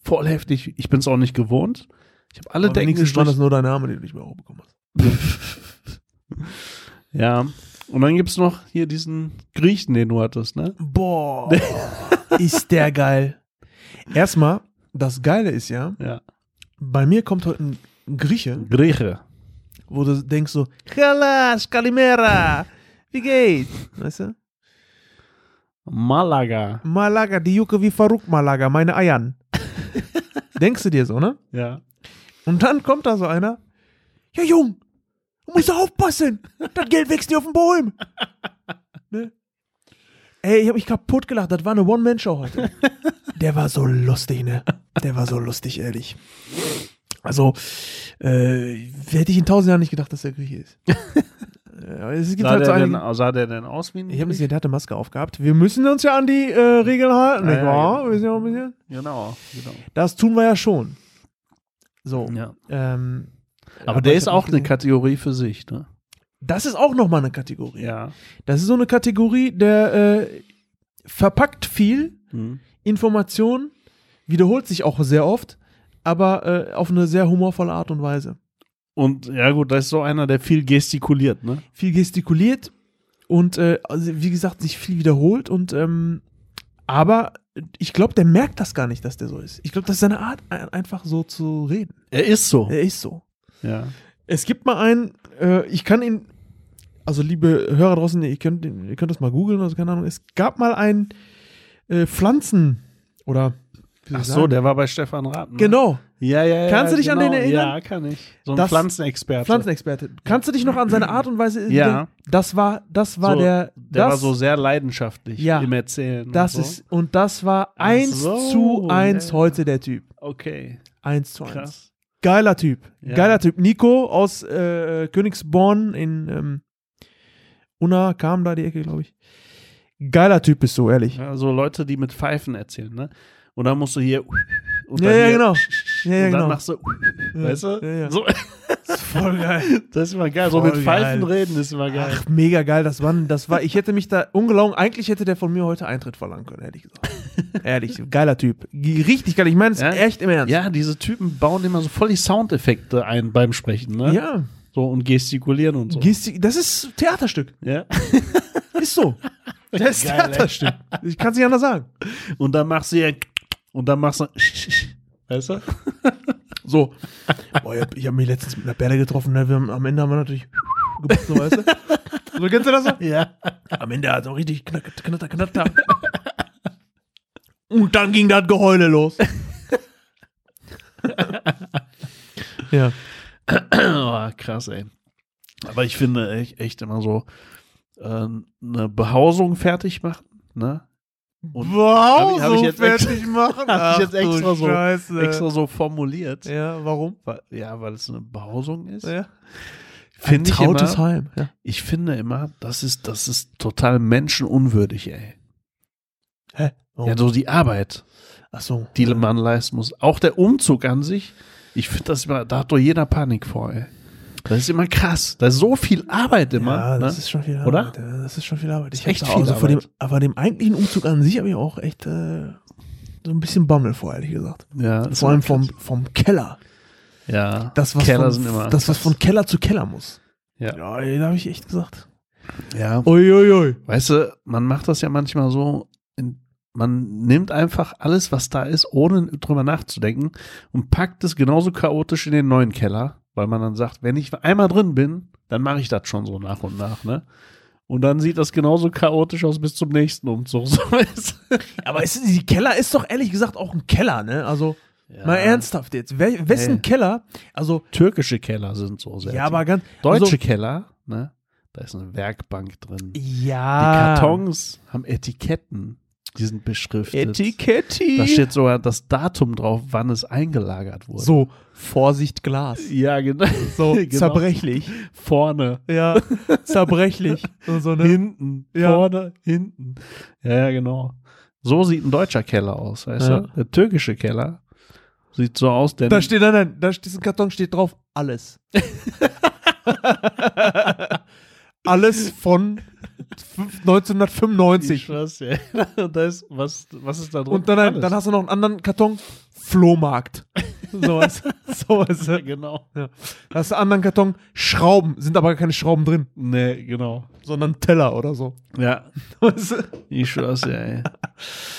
Speaker 1: Voll heftig. Ich bin es auch nicht gewohnt. Ich habe alle
Speaker 2: Aber
Speaker 1: Decken
Speaker 2: wenigstens waren das
Speaker 1: gestrichen.
Speaker 2: nur deine Arme, die du nicht mehr hochbekommen hast.
Speaker 1: Ja. Und dann gibt es noch hier diesen Griechen, den du hattest, ne?
Speaker 2: Boah, ist der geil. Erstmal, das Geile ist ja,
Speaker 1: Ja.
Speaker 2: bei mir kommt heute ein Grieche.
Speaker 1: Grieche.
Speaker 2: wo du denkst so, Chalas, Kalimera, wie geht's? Weißt du?
Speaker 1: Malaga.
Speaker 2: Malaga, die Jucke wie Faruk Malaga, meine Eiern. denkst du dir so, ne?
Speaker 1: Ja.
Speaker 2: Und dann kommt da so einer, ja Jung, du musst aufpassen, das Geld wächst dir auf den Bäumen. Ne? Ey, ich hab mich kaputt gelacht, das war eine One-Man-Show heute. Der war so lustig, ne? Der war so lustig, ehrlich. Also, äh, hätte ich in tausend Jahren nicht gedacht, dass der Grieche ist. Äh, Es gibt
Speaker 1: Sah
Speaker 2: halt so
Speaker 1: der,
Speaker 2: einen,
Speaker 1: denn, sah der denn aus wie ein
Speaker 2: Ich habe
Speaker 1: Grieche?
Speaker 2: gesehen, der hatte Maske aufgehabt. Wir müssen uns ja an die äh, Regeln halten.
Speaker 1: Ah,
Speaker 2: nicht
Speaker 1: ja,
Speaker 2: wahr?
Speaker 1: genau.
Speaker 2: Wir sind ja auch ein bisschen.
Speaker 1: Genau, genau.
Speaker 2: Das tun wir ja schon. So.
Speaker 1: Ja.
Speaker 2: Ähm,
Speaker 1: Aber der
Speaker 2: ich
Speaker 1: ist
Speaker 2: hab
Speaker 1: auch
Speaker 2: nicht
Speaker 1: eine
Speaker 2: gesehen.
Speaker 1: Kategorie für sich, ne?
Speaker 2: Das ist auch nochmal eine Kategorie.
Speaker 1: Ja.
Speaker 2: Das ist so eine Kategorie, der äh, verpackt viel
Speaker 1: Hm.
Speaker 2: Information, wiederholt sich auch sehr oft, aber äh, auf eine sehr humorvolle Art und Weise.
Speaker 1: Und ja gut, da ist so einer, der viel gestikuliert, ne?
Speaker 2: Viel gestikuliert und äh, also, wie gesagt, sich viel wiederholt und ähm, Aber ich glaube, der merkt das gar nicht, dass der so ist. Ich glaube, das ist seine Art, ein- einfach so zu reden.
Speaker 1: Er ist so.
Speaker 2: Er ist so.
Speaker 1: Ja.
Speaker 2: Es gibt mal einen, äh, ich kann ihn, also liebe Hörer draußen, ihr könnt, ihn- ihr könnt das mal googeln, also keine Ahnung. Es gab mal einen äh, Pflanzen oder. wie soll
Speaker 1: Ach
Speaker 2: ich
Speaker 1: so,
Speaker 2: sagen?
Speaker 1: der war bei Stefan Raten.
Speaker 2: Genau,
Speaker 1: Ja, ja, ja.
Speaker 2: Kannst du dich an
Speaker 1: genau.
Speaker 2: den erinnern?
Speaker 1: Ja, kann ich. So ein
Speaker 2: Das-
Speaker 1: Pflanzenexperte.
Speaker 2: Pflanzenexperte. Kannst du dich noch an seine Art und Weise
Speaker 1: Ja.
Speaker 2: Das war, das war
Speaker 1: So,
Speaker 2: der.
Speaker 1: Der
Speaker 2: das,
Speaker 1: war so sehr leidenschaftlich
Speaker 2: Ja.
Speaker 1: im Erzählen.
Speaker 2: das
Speaker 1: und so.
Speaker 2: ist, und das war
Speaker 1: Ach
Speaker 2: 1
Speaker 1: so,
Speaker 2: zu 1
Speaker 1: ja.
Speaker 2: heute der Typ.
Speaker 1: Okay,
Speaker 2: 1 zu 1.
Speaker 1: krass.
Speaker 2: Geiler Typ.
Speaker 1: Ja.
Speaker 2: Geiler Typ. Nico aus äh, Königsborn in ähm, Unna kam da die Ecke, glaube ich. Geiler Typ bist du, ehrlich.
Speaker 1: Ja, so Leute, die mit Pfeifen erzählen, ne? Und dann musst du hier. Und dann
Speaker 2: Ja, ja,
Speaker 1: hier-
Speaker 2: genau. Ja, ja,
Speaker 1: und dann
Speaker 2: genau.
Speaker 1: machst du. Weißt du?
Speaker 2: Ja, ja.
Speaker 1: So,
Speaker 2: Das ist voll geil.
Speaker 1: das ist immer geil. So
Speaker 2: Voll
Speaker 1: mit Pfeifen
Speaker 2: geil.
Speaker 1: reden ist immer geil.
Speaker 2: Ach, mega geil, das war, das war, ich hätte mich da ungelogen, eigentlich hätte der von mir heute Eintritt verlangen können, ehrlich gesagt. ehrlich, geiler Typ. G- Richtig geil, ich meine es
Speaker 1: Ja?
Speaker 2: echt im Ernst.
Speaker 1: Ja, diese Typen bauen immer so voll die Soundeffekte ein beim Sprechen, ne?
Speaker 2: ja.
Speaker 1: So und gestikulieren und so.
Speaker 2: Gestik- das ist Theaterstück,
Speaker 1: ja.
Speaker 2: ist so. Das ist
Speaker 1: Geil, ey.
Speaker 2: Theaterstück. Ich kann es nicht anders sagen.
Speaker 1: Und dann machst du hier. Und dann machst du. Weißt du?
Speaker 2: So. Boah, ich habe hab mich letztens mit einer Perle getroffen, ne? wir haben, am Ende haben wir natürlich geputzt, so, weißt du? So, kennst du das? so?
Speaker 1: Ja.
Speaker 2: Am Ende hat es auch richtig knack, knatter, knatter. Und dann ging das Geheule los. ja.
Speaker 1: Oh, krass, ey. Aber ich finde echt, echt immer so äh, eine Behausung fertig machen, ne? Und hab
Speaker 2: wow,
Speaker 1: ich- hab ich jetzt extra-
Speaker 2: machen.
Speaker 1: hab ich jetzt
Speaker 2: Ach du
Speaker 1: extra so-
Speaker 2: Scheiße.
Speaker 1: Extra so formuliert.
Speaker 2: Äh. Ja, warum?
Speaker 1: Weil, ja, weil es eine Behausung ist.
Speaker 2: Ja.
Speaker 1: Finde ich immer,
Speaker 2: Heim. Ja.
Speaker 1: ich finde immer, das ist, das ist total menschenunwürdig, ey.
Speaker 2: Hä? Warum?
Speaker 1: Ja, so die Arbeit,
Speaker 2: Ach so.
Speaker 1: die man leisten muss. Auch der Umzug an sich, ich finde das immer, da hat doch jeder Panik vor, ey. Das ist immer krass. Da ist so viel Arbeit immer.
Speaker 2: ja, das
Speaker 1: ne?
Speaker 2: ist schon viel Arbeit.
Speaker 1: Oder?
Speaker 2: ja, Das ist schon viel Arbeit. Ich
Speaker 1: Echt
Speaker 2: hab da
Speaker 1: viel
Speaker 2: auch so vor dem,
Speaker 1: Arbeit.
Speaker 2: aber dem eigentlichen Umzug an sich habe ich auch echt äh, so ein bisschen Bammel vor, ehrlich gesagt.
Speaker 1: ja, ist
Speaker 2: Vor allem
Speaker 1: immer
Speaker 2: vom,
Speaker 1: krass.
Speaker 2: vom Keller.
Speaker 1: ja.
Speaker 2: Das, was,
Speaker 1: Keller
Speaker 2: von,
Speaker 1: sind immer
Speaker 2: das, was
Speaker 1: krass.
Speaker 2: von Keller zu Keller muss.
Speaker 1: Ja.
Speaker 2: ja da habe ich echt gesagt.
Speaker 1: ja.
Speaker 2: Uiuiui.
Speaker 1: Weißt du, man macht das ja manchmal so, in, man nimmt einfach alles, was da ist, ohne drüber nachzudenken und packt es genauso chaotisch in den neuen Keller, weil man dann sagt, wenn ich einmal drin bin, dann mache ich das schon so nach und nach, ne? Und dann sieht das genauso chaotisch aus bis zum nächsten Umzug. So ist.
Speaker 2: Aber ist, die Keller ist doch ehrlich gesagt auch ein Keller, ne? Also,
Speaker 1: Ja.
Speaker 2: mal ernsthaft jetzt. Wel, wessen
Speaker 1: Hey.
Speaker 2: Keller? Also,
Speaker 1: Türkische Keller sind so sehr.
Speaker 2: ja, aber ganz.
Speaker 1: Deutsche
Speaker 2: Also,
Speaker 1: Keller, ne? Da ist eine Werkbank drin. Die
Speaker 2: ja.
Speaker 1: Kartons haben Etiketten. Die sind beschriftet.
Speaker 2: Etiketti.
Speaker 1: Da steht sogar das Datum drauf, wann es eingelagert wurde.
Speaker 2: so, Vorsicht, Glas.
Speaker 1: Ja, genau.
Speaker 2: So,
Speaker 1: Genau.
Speaker 2: zerbrechlich.
Speaker 1: Vorne,
Speaker 2: Ja, zerbrechlich. Und so, ne?
Speaker 1: hinten,
Speaker 2: Ja.
Speaker 1: vorne, hinten. Ja, ja, genau. So sieht ein deutscher Keller aus, weißt
Speaker 2: Ja.
Speaker 1: du? Der türkische Keller sieht so aus, denn
Speaker 2: Da steht, nein, nein, da steht, diesen Karton steht drauf, alles. alles von fünf- 1995.
Speaker 1: Was, ja. Und da ist, was, was ist da drin?
Speaker 2: Und dann, ein- dann hast du noch einen anderen Karton, Flohmarkt. Sowas. Sowas.
Speaker 1: ja, genau.
Speaker 2: Ja. Da hast du einen anderen Karton, Schrauben. Sind aber keine Schrauben drin,
Speaker 1: Nee, genau.
Speaker 2: sondern Teller oder so.
Speaker 1: Ja,
Speaker 2: Weißt du?
Speaker 1: ich schwör's dir, ey.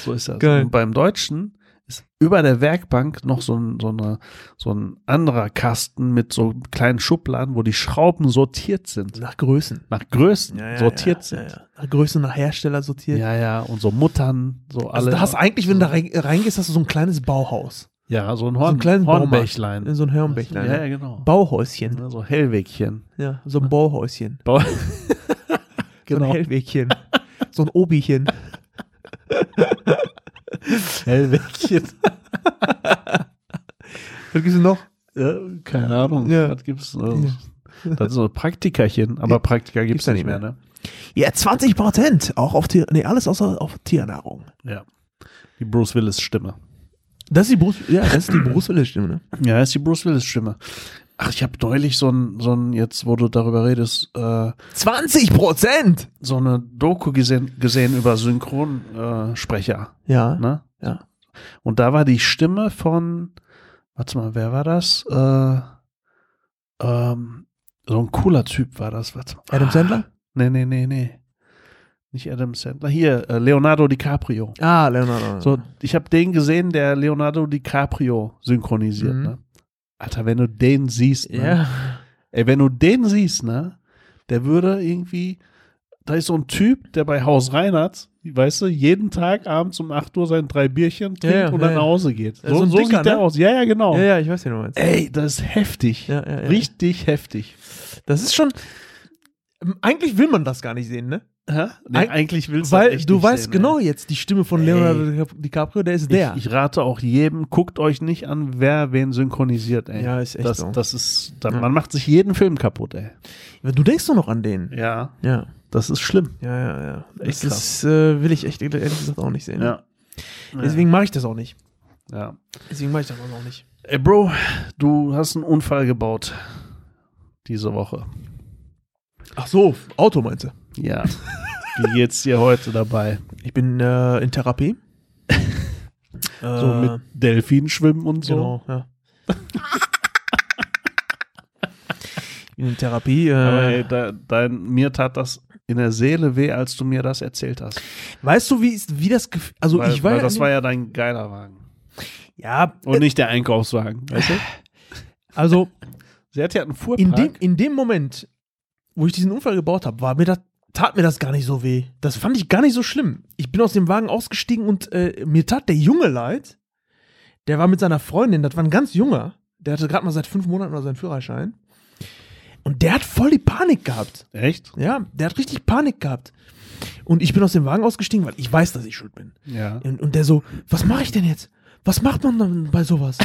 Speaker 1: So ist das.
Speaker 2: Geil.
Speaker 1: Und beim Deutschen ist über der Werkbank noch so ein, so, eine, so ein anderer Kasten mit so kleinen Schubladen, wo die Schrauben sortiert sind.
Speaker 2: Nach Größen.
Speaker 1: Nach Größen
Speaker 2: Ja, ja,
Speaker 1: sortiert
Speaker 2: ja,
Speaker 1: sind.
Speaker 2: Ja, ja. Nach Größen, nach Hersteller sortiert.
Speaker 1: Ja, ja, und so Muttern, so
Speaker 2: Also
Speaker 1: alle.
Speaker 2: da hast du eigentlich, wenn du da rein- reingehst, hast du so ein kleines Bauhaus.
Speaker 1: ja, so ein
Speaker 2: so
Speaker 1: Horn,
Speaker 2: einen kleinen
Speaker 1: Hornbächlein.
Speaker 2: In so ein Hörnbächlein.
Speaker 1: Ja, ja, genau.
Speaker 2: Bauhäuschen.
Speaker 1: Ja, so Hellwegchen.
Speaker 2: Ja, so ein Bauhäuschen.
Speaker 1: Bau
Speaker 2: So ein
Speaker 1: genau.
Speaker 2: Hellwegchen. so ein Obiechen.
Speaker 1: Hellwegchen.
Speaker 2: Was gibt's denn noch?
Speaker 1: ja, keine Ahnung.
Speaker 2: Ja.
Speaker 1: Das gibt's. Also, Das ist so Praktikerchen, aber Praktika gibt's,
Speaker 2: da
Speaker 1: nicht mehr,
Speaker 2: nicht
Speaker 1: ne?
Speaker 2: Ja, 20 Prozent. Auch auf Tier, nee, alles außer auf Tiernahrung.
Speaker 1: Ja. Die Bruce Willis-Stimme.
Speaker 2: Das ist die Brust, ja, das ist die Brustwille-Stimme, ne?
Speaker 1: Ja, ist die Bruce Willis-Stimme. Ach, ich habe neulich so ein, so ein, jetzt wo du darüber redest, äh,
Speaker 2: 20 Prozent!
Speaker 1: so eine Doku gesehen, gesehen über Synchronsprecher.
Speaker 2: Ja,
Speaker 1: Ne?
Speaker 2: ja.
Speaker 1: Und da war die Stimme von, warte mal, wer war das? Äh, ähm, so ein cooler Typ war das. Warte mal.
Speaker 2: Adam Sandler?
Speaker 1: Nee, nee, nee, nee. Nicht Adam Sandler. Hier, äh, Leonardo DiCaprio.
Speaker 2: Ah, Leonardo.
Speaker 1: So, ich habe den gesehen, der Leonardo DiCaprio synchronisiert.
Speaker 2: Mhm.
Speaker 1: Ne? Alter, wenn du den siehst, ne?
Speaker 2: ja.
Speaker 1: ey, wenn du den siehst, ne, der würde irgendwie, da ist so ein Typ, der bei Haus Reinhardt, weißt du, jeden Tag abends um 8 Uhr seine drei Bierchen trinkt
Speaker 2: ja,
Speaker 1: und
Speaker 2: ja,
Speaker 1: dann
Speaker 2: ja.
Speaker 1: nach Hause geht.
Speaker 2: Das ist
Speaker 1: So,
Speaker 2: so ein
Speaker 1: so
Speaker 2: Dicker,
Speaker 1: sieht der
Speaker 2: ne?
Speaker 1: aus. Ja, ja, genau.
Speaker 2: ja, ja, ich weiß, wie du meinst.
Speaker 1: Ey, das ist heftig.
Speaker 2: Ja, ja, ja.
Speaker 1: Richtig heftig.
Speaker 2: Das ist schon. Eigentlich will man das gar nicht sehen, ne?
Speaker 1: Hä? Nee,
Speaker 2: Eig-
Speaker 1: eigentlich willst du das
Speaker 2: Weil
Speaker 1: echt
Speaker 2: du
Speaker 1: nicht
Speaker 2: weißt
Speaker 1: sehen,
Speaker 2: genau
Speaker 1: ey.
Speaker 2: jetzt, die Stimme von
Speaker 1: Ey.
Speaker 2: Leonardo DiCaprio, der ist der.
Speaker 1: Ich, ich rate auch jedem, guckt euch nicht an, wer wen synchronisiert, ey.
Speaker 2: Ja, ist echt
Speaker 1: das,
Speaker 2: so.
Speaker 1: das ist, da,
Speaker 2: Ja.
Speaker 1: Man macht sich jeden Film kaputt, ey.
Speaker 2: du denkst doch noch an den.
Speaker 1: Ja.
Speaker 2: Ja,
Speaker 1: Das ist schlimm.
Speaker 2: ja, ja. ja.
Speaker 1: Echt
Speaker 2: Das ist, äh, will ich echt ehrlich gesagt auch nicht sehen. Deswegen mache ich das auch nicht.
Speaker 1: ja.
Speaker 2: Deswegen mache ich das auch nicht.
Speaker 1: Ey, Bro, du hast einen Unfall gebaut. Diese Woche.
Speaker 2: Ach so, Auto meinst du?
Speaker 1: Ja. Wie geht's dir heute dabei?
Speaker 2: Ich bin äh, in Therapie.
Speaker 1: So mit Delfinen schwimmen und so.
Speaker 2: Äh, Genau, ja. ich bin in Therapie. Äh,
Speaker 1: Aber ey, da, dein, mir tat das in der Seele weh, als du mir das erzählt hast.
Speaker 2: weißt du, wie, ist, wie das Gefühl. Also,
Speaker 1: weil,
Speaker 2: ich war.
Speaker 1: weil
Speaker 2: ja Äh.
Speaker 1: das
Speaker 2: an
Speaker 1: war ja dein geiler Wagen.
Speaker 2: dem- ja,
Speaker 1: Und nicht der Einkaufswagen. Weißt du?
Speaker 2: also
Speaker 1: Sie hat ja einen Fuhrpark.
Speaker 2: in dem, in dem Moment, wo ich diesen Unfall gebaut habe, war mir das. Tat mir das gar nicht so weh. Das fand ich gar nicht so schlimm. Ich bin aus dem Wagen ausgestiegen und äh, mir tat der Junge leid. Der war mit seiner Freundin, das war ein ganz junger. Der hatte gerade mal seit fünf Monaten oder seinen Führerschein. Und der hat voll die Panik gehabt.
Speaker 1: Echt?
Speaker 2: Ja, der hat richtig Panik gehabt. Und ich bin aus dem Wagen ausgestiegen, weil ich weiß, dass ich schuld bin.
Speaker 1: Ja.
Speaker 2: Und, und der so, was mache ich denn jetzt? Was macht man dann bei sowas?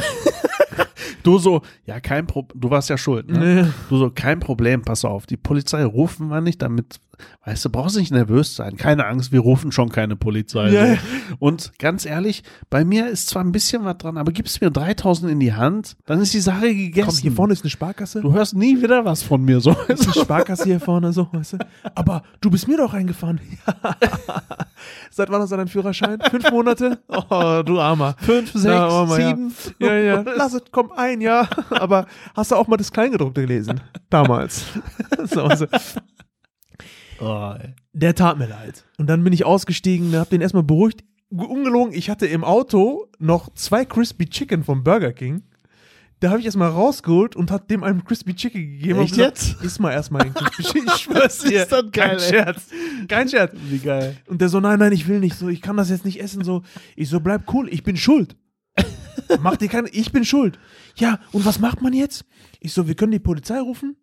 Speaker 1: Du so, ja, kein Problem. Du warst ja schuld, ne?
Speaker 2: Nee.
Speaker 1: Du so, kein Problem, pass auf. Die Polizei rufen wir nicht, damit, weißt du, brauchst nicht nervös sein. Keine Angst, wir rufen schon keine Polizei.
Speaker 2: Ja.
Speaker 1: So. Und ganz ehrlich, bei mir ist zwar ein bisschen was dran, aber gibst mir 3000 in die Hand, dann ist die Sache gegessen.
Speaker 2: Komm, hier vorne ist eine Sparkasse.
Speaker 1: Du hörst nie wieder was von mir, so.
Speaker 2: ist eine Sparkasse hier vorne, so, weißt du? Aber du bist mir doch reingefahren. Seit wann hast du deinen Führerschein? Fünf Monate? Oh, du Armer.
Speaker 1: Fünf, sechs,
Speaker 2: Na, Mama, ja.
Speaker 1: sieben.
Speaker 2: Ja, ja. Oh, Lass es, komm, ein Jahr. Aber hast du auch mal das Kleingedruckte gelesen? Damals. So, also, so.
Speaker 1: Oh, ey.
Speaker 2: Der tat mir leid. Und dann bin ich ausgestiegen, hab den erstmal beruhigt. G- Ungelogen, ich hatte im Auto noch zwei Crispy Chicken vom Burger King. Da habe ich erstmal rausgeholt und hat dem einen Crispy Chicken gegeben. und
Speaker 1: Echt
Speaker 2: gesagt,
Speaker 1: jetzt?
Speaker 2: Iss mal erstmal den Crispy Chicken. Ich schwör's
Speaker 1: Das
Speaker 2: dir.
Speaker 1: ist dann geil,
Speaker 2: Kein
Speaker 1: ey.
Speaker 2: Scherz. Kein Scherz.
Speaker 1: Wie geil.
Speaker 2: Und der so, nein, nein, ich will nicht. So, ich kann das jetzt nicht essen. So, ich so, bleib cool, ich bin schuld. Mach dir keine, ich bin schuld. Ja, und was macht man jetzt? Ich so, wir können die Polizei rufen.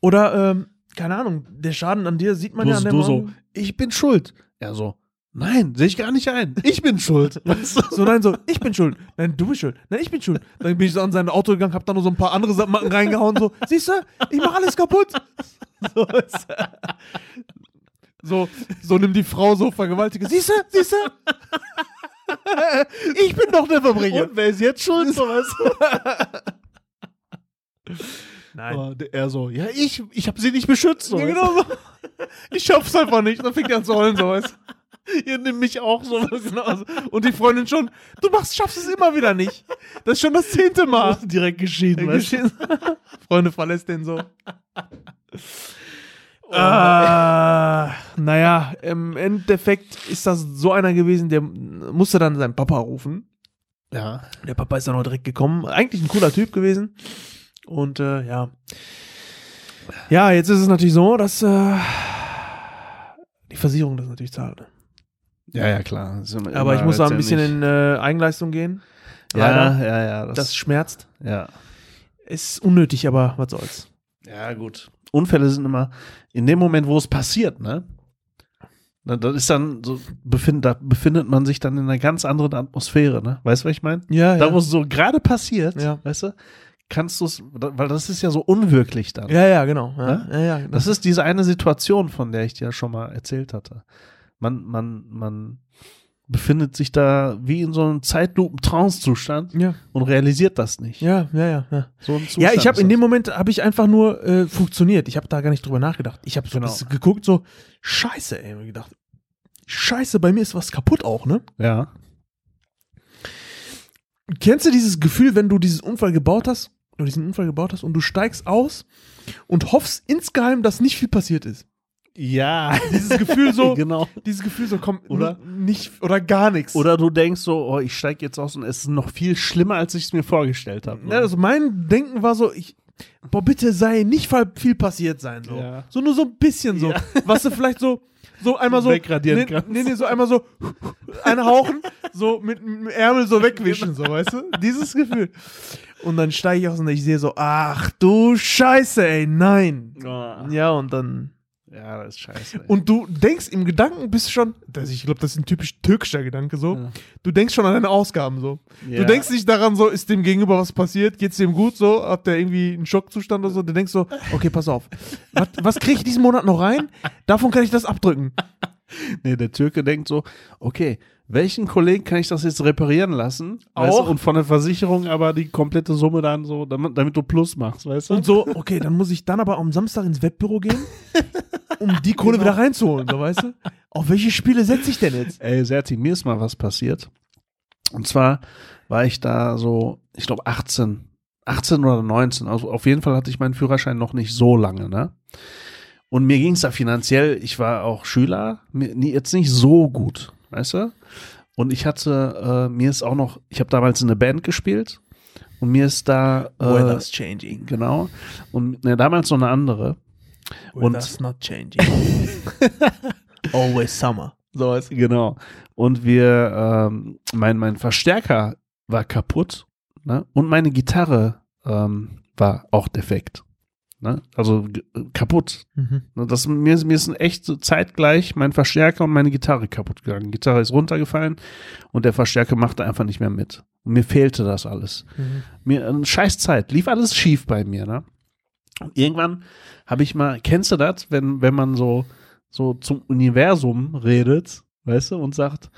Speaker 2: Oder, ähm, keine Ahnung, der Schaden an dir sieht man
Speaker 1: Du,
Speaker 2: ja an der
Speaker 1: du so,
Speaker 2: Morgen-
Speaker 1: ich bin schuld. Er so, nein, sehe ich gar nicht ein. Ich bin schuld. Weißt du?
Speaker 2: So, nein, so, ich bin schuld. Nein, du bist schuld. Nein, ich bin schuld. Dann bin ich so an sein Auto gegangen, hab da noch so ein paar andere Macken reingehauen, so, siehst du, ich mach alles kaputt. So, ist- so, so nimmt die Frau so vergewaltigt. Siehst du, siehst du? Ich bin doch der Verbrecher.
Speaker 1: wer ist jetzt schuld? So, weißt du?
Speaker 2: Nein.
Speaker 1: Oh, der- Er so, ja, ich, ich habe sie nicht beschützt. So.
Speaker 2: Ja, genau so. Ich schaff's einfach nicht. Dann fängt er an zu heulen, so weißt du.
Speaker 1: Ihr nimmt mich auch so.
Speaker 2: Genau so. Und die Freundin schon, du machst, schaffst es immer wieder nicht. Das ist schon das zehnte Mal. Äh,
Speaker 1: Direkt geschieden, weißt du?
Speaker 2: Freunde verlässt den so. Ah, naja, im Endeffekt ist das so einer gewesen, der musste dann seinen Papa rufen.
Speaker 1: Ja.
Speaker 2: Der Papa ist dann auch direkt gekommen. Eigentlich ein cooler Typ gewesen. Und äh, ja. Ja, jetzt ist es natürlich so, dass äh, die Versicherung das natürlich zahlt. ne?
Speaker 1: ja, ja, klar. Ist immer-
Speaker 2: Aber ich
Speaker 1: immer
Speaker 2: muss da ein bisschen
Speaker 1: letztendlich-
Speaker 2: in äh, Eigenleistung gehen.
Speaker 1: Ja,
Speaker 2: Leider.
Speaker 1: ja, ja. Das,
Speaker 2: Das schmerzt.
Speaker 1: ja.
Speaker 2: Ist unnötig, aber was soll's.
Speaker 1: ja, gut. Unfälle sind immer in dem Moment, wo es passiert, ne? Na, Das ist dann so, befind, da befindet man sich dann in einer ganz anderen Atmosphäre, ne? Weißt du, was ich meine?
Speaker 2: Ja,
Speaker 1: Da, wo es so gerade passiert,
Speaker 2: Ja.
Speaker 1: weißt du, kannst du es, weil das ist ja so unwirklich dann.
Speaker 2: Ja, ja, genau. Ja,
Speaker 1: Ne?
Speaker 2: ja, ja,
Speaker 1: Das ist diese eine Situation, von der ich dir ja schon mal erzählt hatte. Man, man, man befindet sich da wie in so einem Zeitlupen-Trance-Zustand
Speaker 2: ja,
Speaker 1: und realisiert das nicht.
Speaker 2: ja, ja, ja. Ja,
Speaker 1: So ein Zustand
Speaker 2: ja ich habe
Speaker 1: ist
Speaker 2: in
Speaker 1: das.
Speaker 2: dem Moment habe ich einfach nur äh, funktioniert. Ich habe da gar nicht drüber nachgedacht. Ich habe so
Speaker 1: Genau.
Speaker 2: das geguckt, so Scheiße, ey, hab ich gedacht. Scheiße, bei mir ist was kaputt auch, ne?
Speaker 1: Ja.
Speaker 2: Kennst du dieses Gefühl, wenn du diesen Unfall gebaut hast oder diesen Unfall gebaut hast und du steigst aus und hoffst insgeheim, dass nicht viel passiert ist?
Speaker 1: Ja,
Speaker 2: Dieses Gefühl so,
Speaker 1: genau.
Speaker 2: dieses Gefühl so, komm,
Speaker 1: Oder?
Speaker 2: oder nicht oder gar nichts.
Speaker 1: Oder du denkst so, oh, ich steige jetzt aus und es ist noch viel schlimmer, als ich es mir vorgestellt habe.
Speaker 2: Ja, also mein Denken war so, ich, boah, bitte sei nicht fall- viel passiert sein. So,
Speaker 1: Ja.
Speaker 2: so nur so ein bisschen so.
Speaker 1: Ja.
Speaker 2: Was du vielleicht so, so einmal so.
Speaker 1: Wegradieren
Speaker 2: nee,
Speaker 1: kannst.
Speaker 2: nee, nee, so einmal so einhauchen, so mit dem Ärmel so wegwischen,
Speaker 1: Genau.
Speaker 2: so, weißt du? Dieses Gefühl. Und dann steige ich aus und ich sehe so, ach du Scheiße, ey, nein.
Speaker 1: Oh.
Speaker 2: Ja, und dann.
Speaker 1: Ja, das ist scheiße. ey.
Speaker 2: Und du denkst im Gedanken bist du schon, das, ich glaube, das ist ein typisch türkischer Gedanke so.
Speaker 1: Ja.
Speaker 2: Du denkst schon an deine Ausgaben so.
Speaker 1: Ja.
Speaker 2: Du denkst nicht daran so, ist dem gegenüber was passiert, geht's dem gut so, hat der irgendwie einen Schockzustand oder so. Du denkst so, okay, pass auf, was, was kriege ich diesen Monat noch rein? Davon kann ich das abdrücken.
Speaker 1: Nee, der Türke denkt so, okay, welchen Kollegen kann ich das jetzt reparieren lassen? Weißt
Speaker 2: Auch.
Speaker 1: du, und von der Versicherung aber die komplette Summe dann so, damit, damit du Plus machst, weißt du?
Speaker 2: Und so, okay, dann muss ich dann aber am Samstag ins Wettbüro gehen, um die Kohle wieder reinzuholen, so weißt du? Auf welche Spiele setze ich denn jetzt?
Speaker 1: Ey, Serti, mir ist mal was passiert. Und zwar war ich da so, ich glaube 18, 18 oder 19. Also auf jeden Fall hatte ich meinen Führerschein noch nicht so lange, ne? Und mir ging es da finanziell, ich war auch Schüler, mir, nie- jetzt nicht so gut, weißt du? Und ich hatte, äh, mir ist auch noch, ich habe damals in einer Band gespielt und mir ist da, äh,
Speaker 2: changing.
Speaker 1: genau, und ne, damals noch eine andere.
Speaker 2: Weather's not changing. Always summer. So weißt du?
Speaker 1: Genau. Und wir, ähm, mein, mein Verstärker war kaputt ne? und meine Gitarre ähm, war auch defekt. Ne? Also g- kaputt.
Speaker 2: Mhm.
Speaker 1: Ne? Das, mir, ist- mir ist echt so zeitgleich mein Verstärker und meine Gitarre kaputt gegangen. Die Gitarre ist runtergefallen und der Verstärker machte einfach nicht mehr mit. Und mir fehlte das alles.
Speaker 2: Mhm.
Speaker 1: Mir äh, scheiß Zeit, lief alles schief bei mir. Ne? Und irgendwann habe ich mal, kennst du das, wenn, wenn man so, so zum Universum redet, weißt du, und sagt,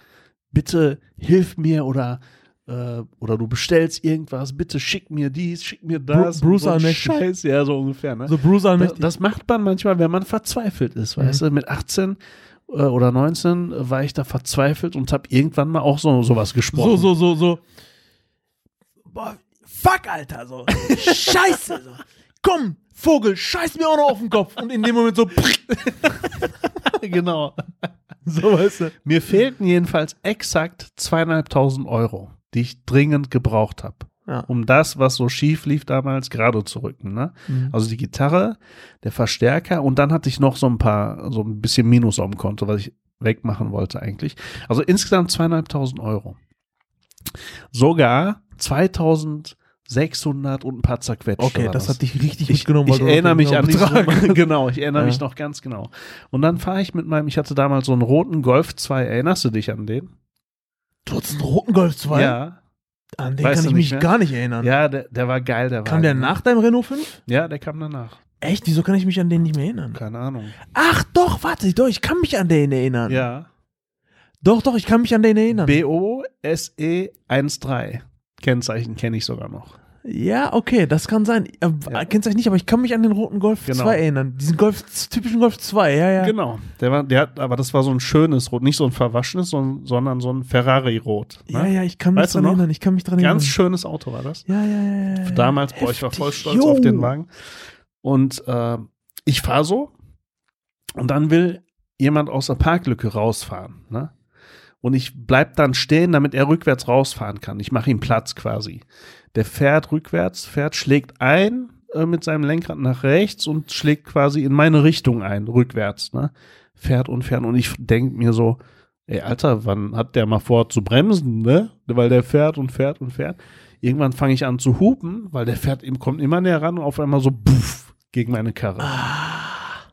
Speaker 1: bitte hilf mir oder, äh, oder du bestellst irgendwas, bitte schick mir dies, schick mir das.
Speaker 2: Bruce
Speaker 1: und so ein
Speaker 2: Allmächtig.
Speaker 1: Scheiß, ja, so ungefähr. Ne?
Speaker 2: So Bruce
Speaker 1: das,
Speaker 2: Allmächtig.
Speaker 1: das macht man manchmal, wenn man verzweifelt ist, weißt du, mit 18 äh, oder 19 war ich da verzweifelt und habe irgendwann mal auch so sowas gesprochen.
Speaker 2: So, so, so, so. Boah, fuck, Alter, so. Scheiße, so. Komm, Vogel, scheiß mir auch noch auf den Kopf. Und in dem Moment so,
Speaker 1: genau.
Speaker 2: so, weißt du.
Speaker 1: Mir fehlten jedenfalls exakt zweieinhalbtausend Euro, die ich dringend gebraucht habe,
Speaker 2: Ja.
Speaker 1: um das, was so schief lief damals, gerade zu rücken. Ne?
Speaker 2: Mhm.
Speaker 1: Also die Gitarre, der Verstärker und dann hatte ich noch so ein paar, so ein bisschen Minus auf dem Konto, was ich wegmachen wollte eigentlich. Also insgesamt zweieinhalbtausend Euro. Sogar 2600 und ein paar zerquetschte.
Speaker 2: Okay,
Speaker 1: war
Speaker 2: das hat dich richtig
Speaker 1: ich,
Speaker 2: mitgenommen.
Speaker 1: ich erinnere mich an die
Speaker 2: Betrag.
Speaker 1: Summe. Genau, ich erinnere
Speaker 2: Ja.
Speaker 1: mich noch ganz genau. Und dann fahre ich mit meinem, ich hatte damals so einen roten Golf 2, erinnerst du dich an den?
Speaker 2: Du hattest einen roten Golf 2?
Speaker 1: Ja.
Speaker 2: An den
Speaker 1: Weißt
Speaker 2: kann
Speaker 1: du nicht
Speaker 2: ich mich
Speaker 1: mehr?
Speaker 2: gar nicht erinnern.
Speaker 1: Ja, der, der war geil, der
Speaker 2: Kam
Speaker 1: Wagen.
Speaker 2: der nach deinem Renault 5?
Speaker 1: Ja, der kam danach.
Speaker 2: Echt? Wieso kann ich mich an den nicht mehr erinnern?
Speaker 1: Keine Ahnung.
Speaker 2: Ach doch, warte, doch, ich kann mich an den erinnern.
Speaker 1: Ja.
Speaker 2: Doch, doch, ich kann mich an den erinnern.
Speaker 1: BOSE 13. E Kennzeichen kenne ich sogar noch.
Speaker 2: Ja, okay, das kann sein. Äh,
Speaker 1: Ja.
Speaker 2: Kennst du nicht, aber ich kann mich an den roten Golf
Speaker 1: Genau.
Speaker 2: 2 erinnern. Diesen Golf, typischen Golf 2, ja, ja.
Speaker 1: Genau. Der war, der hat, aber das war so ein schönes Rot, nicht so ein verwaschenes, sondern, sondern so ein Ferrari-Rot. Ne?
Speaker 2: Ja, ja, ich kann mich
Speaker 1: Weißt du
Speaker 2: dran
Speaker 1: noch?
Speaker 2: erinnern. Ich kann mich dran
Speaker 1: Ganz
Speaker 2: erinnern.
Speaker 1: schönes Auto war das.
Speaker 2: Ja, ja, ja, ja, ja.
Speaker 1: Damals, boah, ich war voll
Speaker 2: Heftig,
Speaker 1: stolz auf den
Speaker 2: yo.
Speaker 1: Wagen. Und äh, ich fahre so und dann will jemand aus der Parklücke rausfahren. Ne? Und ich bleib dann stehen, damit er rückwärts rausfahren kann. Ich mache ihm Platz quasi. Der fährt rückwärts, fährt, schlägt ein äh, mit seinem Lenkrad nach rechts und schlägt quasi in meine Richtung ein, rückwärts. Ne? Fährt und fährt. Und ich denke mir so, ey, Alter, wann hat der mal vor zu bremsen, ne? Weil der fährt und fährt und fährt. Irgendwann fange ich an zu hupen, weil der fährt, eben- kommt immer näher ran und auf einmal so puff, gegen meine Karre.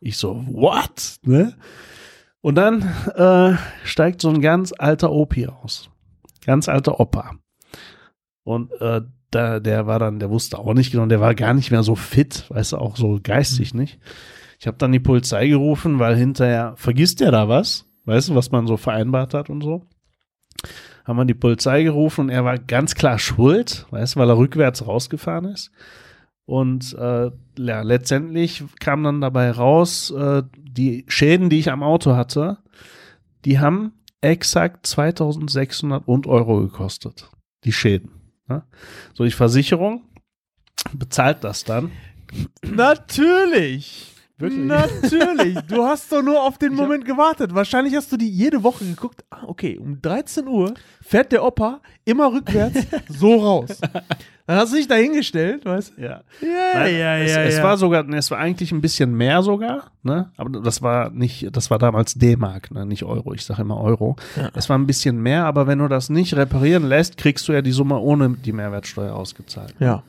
Speaker 1: Ich so, what? Ne? Und dann äh, steigt so ein ganz alter Opi aus. Ganz alter Opa. Und äh, da, der war dann, der wusste auch nicht genau, der war gar nicht mehr so fit, weißt du, auch so geistig nicht. Ich habe dann die Polizei gerufen, weil hinterher vergisst der da was, weißt du, was man so vereinbart hat und so. Haben wir die Polizei gerufen und er war ganz klar schuld, weißt du, weil er rückwärts rausgefahren ist. Und äh, ja, letztendlich kam dann dabei raus, äh, die Schäden, die ich am Auto hatte, die haben exakt 2600 und Euro gekostet. Die Schäden. Ne? So, die Versicherung bezahlt das dann.
Speaker 2: Natürlich.
Speaker 1: Wirklich.
Speaker 2: Natürlich. Du hast doch nur auf den
Speaker 1: Ich hab-
Speaker 2: Moment gewartet. Wahrscheinlich hast du die jede Woche geguckt. Ah, okay, um 13 Uhr fährt der Opa immer rückwärts so raus. Dann hast du dich dahingestellt, weißt
Speaker 1: Ja.
Speaker 2: du? Ja,
Speaker 1: Nein, es, es war sogar, ne, es war eigentlich ein bisschen mehr sogar, ne? Aber das war nicht, das war damals D-Mark, ne? nicht Euro. Ich sage immer Euro.
Speaker 2: Ja.
Speaker 1: Es war ein bisschen mehr, aber wenn du das nicht reparieren lässt, kriegst du ja die Summe ohne die Mehrwertsteuer ausgezahlt.
Speaker 2: ja.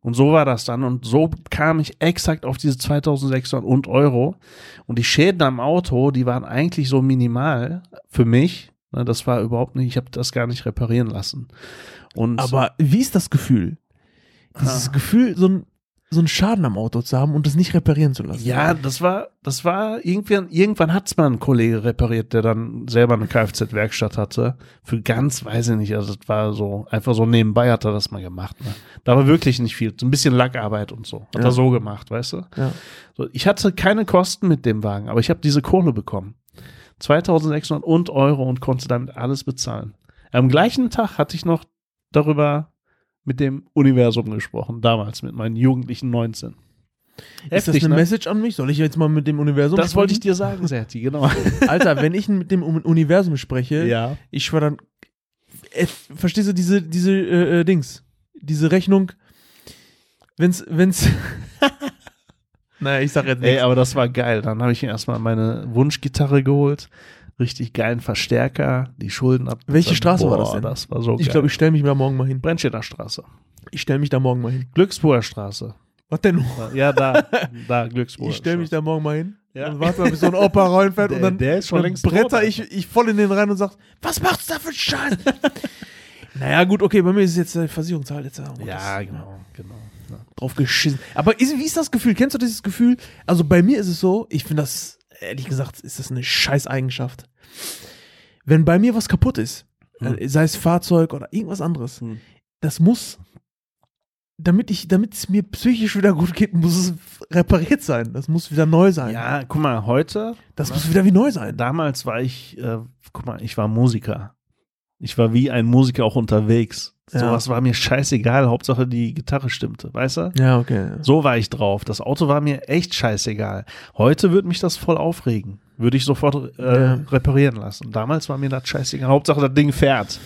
Speaker 1: Und so war das dann. Und so kam ich exakt auf diese 2600 und Euro. Und die Schäden am Auto, die waren eigentlich so minimal für mich. Ne, Das war überhaupt nicht, ich habe das gar nicht reparieren lassen. Und
Speaker 2: Aber wie ist das Gefühl? Dieses
Speaker 1: Ah.
Speaker 2: Gefühl, so, ein, so einen Schaden am Auto zu haben und das nicht reparieren zu lassen.
Speaker 1: Ja, das war, das war irgendwann, irgendwann hat's mal ein Kollege repariert, der dann selber eine Kfz-Werkstatt hatte. Für ganz, weiß ich nicht, also das war so, einfach so nebenbei hat er das mal gemacht. Ne? Da war wirklich nicht viel, so ein bisschen Lackarbeit und so. Hat
Speaker 2: Ja.
Speaker 1: er so gemacht, weißt du?
Speaker 2: Ja.
Speaker 1: So, ich hatte keine Kosten mit dem Wagen, aber ich habe diese Kohle bekommen. 2600 und Euro und konnte damit alles bezahlen. Am gleichen Tag hatte ich noch darüber mit dem Universum gesprochen, damals mit meinen jugendlichen 19.
Speaker 2: ist das
Speaker 1: Heftig,
Speaker 2: eine
Speaker 1: ne?
Speaker 2: Message an mich? Soll ich jetzt mal mit dem Universum
Speaker 1: Das wollte ich
Speaker 2: sprechen?
Speaker 1: dir sagen, Serti, genau.
Speaker 2: Alter, wenn ich mit dem Un- Universum spreche, ich schwör dann. Äh, verstehst du diese, diese äh, äh, Dings? Diese Rechnung. Wenn's, wenn's. naja, ich sag jetzt
Speaker 1: Ey,
Speaker 2: nichts.
Speaker 1: aber das war geil. Dann habe ich mir erstmal meine Wunschgitarre geholt, richtig geilen Verstärker, die Schulden ab.
Speaker 2: Welche Straße war das denn?
Speaker 1: Das war so
Speaker 2: ich glaube, ich stelle mich da morgen mal hin.
Speaker 1: Brennstädter Straße,
Speaker 2: Ich stelle mich da morgen mal hin.
Speaker 1: Glücksburger Straße.
Speaker 2: Was denn?
Speaker 1: Ja, da, da Glücksburger.
Speaker 2: Ich stelle mich da morgen mal hin.
Speaker 1: Ja.
Speaker 2: Und warte mal, bis so ein Opa reinfährt
Speaker 1: Der-
Speaker 2: und dann,
Speaker 1: der ist schon
Speaker 2: dann
Speaker 1: längst tot,
Speaker 2: bretter
Speaker 1: Alter.
Speaker 2: ich, ich voll in den rein und sag, was machst du da für einen Scheiß? naja, gut, okay, bei mir ist es jetzt äh, Versicherung zahlt jetzt. äh, und
Speaker 1: Ja,
Speaker 2: das-
Speaker 1: genau, genau. Ja.
Speaker 2: drauf geschissen. Aber ist, wie ist das Gefühl? Kennst du dieses Gefühl? Also bei mir ist es so, ich finde das, ehrlich gesagt, ist das eine Scheißeigenschaft. Wenn bei mir was kaputt ist,
Speaker 1: Hm.
Speaker 2: äh, sei es Fahrzeug oder irgendwas anderes,
Speaker 1: Hm.
Speaker 2: das muss, damit ich, damit es mir psychisch wieder gut geht, muss es repariert sein. Das muss wieder neu sein.
Speaker 1: ja, guck mal, heute,
Speaker 2: das muss wieder wie neu sein.
Speaker 1: damals war ich, äh, guck mal, ich war Musiker. Ich war wie ein Musiker auch unterwegs.
Speaker 2: Ja.
Speaker 1: Sowas war mir scheißegal, Hauptsache die Gitarre stimmte, weißt du?
Speaker 2: Ja, okay.
Speaker 1: So war ich drauf. Das Auto war mir echt scheißegal. Heute würde mich das voll aufregen. Würde ich sofort äh,
Speaker 2: Ja.
Speaker 1: reparieren lassen. Damals war mir das scheißegal. Hauptsache, das Ding fährt.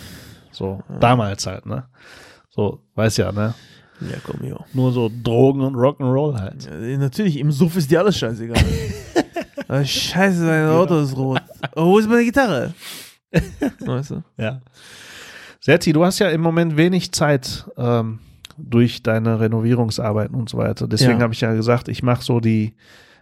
Speaker 1: So, damals halt, ne? So, weiß ja, ne?
Speaker 2: Ja, komm, jo.
Speaker 1: Nur so Drogen und Rock'n'Roll halt.
Speaker 2: Äh, Natürlich, im Suff ist dir alles scheißegal. Ah, Scheiße, dein Auto ist rot. Oh, wo ist meine Gitarre? Weißt du?
Speaker 1: Ja. Serti, du hast ja im Moment wenig Zeit ähm, durch deine Renovierungsarbeiten und so weiter. Deswegen
Speaker 2: Ja.
Speaker 1: habe ich ja gesagt, ich mache so die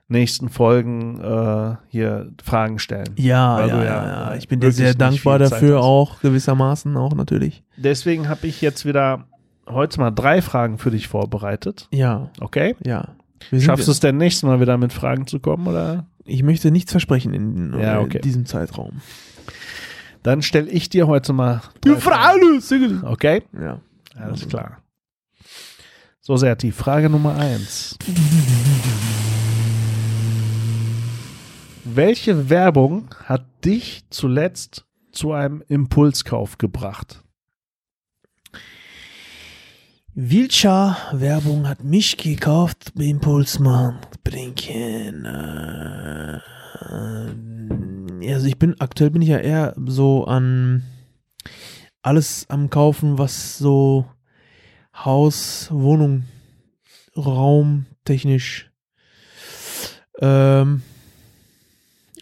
Speaker 1: nächsten Folgen äh, hier Fragen stellen.
Speaker 2: Ja,
Speaker 1: Weil du ja,
Speaker 2: ja, ja,
Speaker 1: äh,
Speaker 2: ja. Ich bin dir
Speaker 1: wirklich
Speaker 2: sehr
Speaker 1: nicht
Speaker 2: dankbar
Speaker 1: viel Zeit
Speaker 2: dafür
Speaker 1: hast.
Speaker 2: auch, gewissermaßen auch natürlich.
Speaker 1: Deswegen habe ich jetzt wieder heute mal drei Fragen für dich vorbereitet.
Speaker 2: Ja,
Speaker 1: Okay?
Speaker 2: ja. Wir sind-
Speaker 1: Schaffst du es denn nächstes Mal wieder mit Fragen zu kommen oder?
Speaker 2: Ich möchte nichts versprechen in äh,
Speaker 1: Ja, okay.
Speaker 2: diesem Zeitraum.
Speaker 1: Dann stelle ich dir heute mal. drei
Speaker 2: Ja, für alles.
Speaker 1: Fragen. Okay?
Speaker 2: Ja. Mhm.
Speaker 1: Alles klar. So, Serti, Frage Nummer eins. Welche Werbung hat dich zuletzt zu einem Impulskauf gebracht?
Speaker 2: Wilcher Werbung hat mich gekauft, Impulsmann, Brinken. Äh, äh, also ich bin aktuell bin ich ja eher so an alles am kaufen, was so Haus, Wohnung, Raum technisch. Ähm,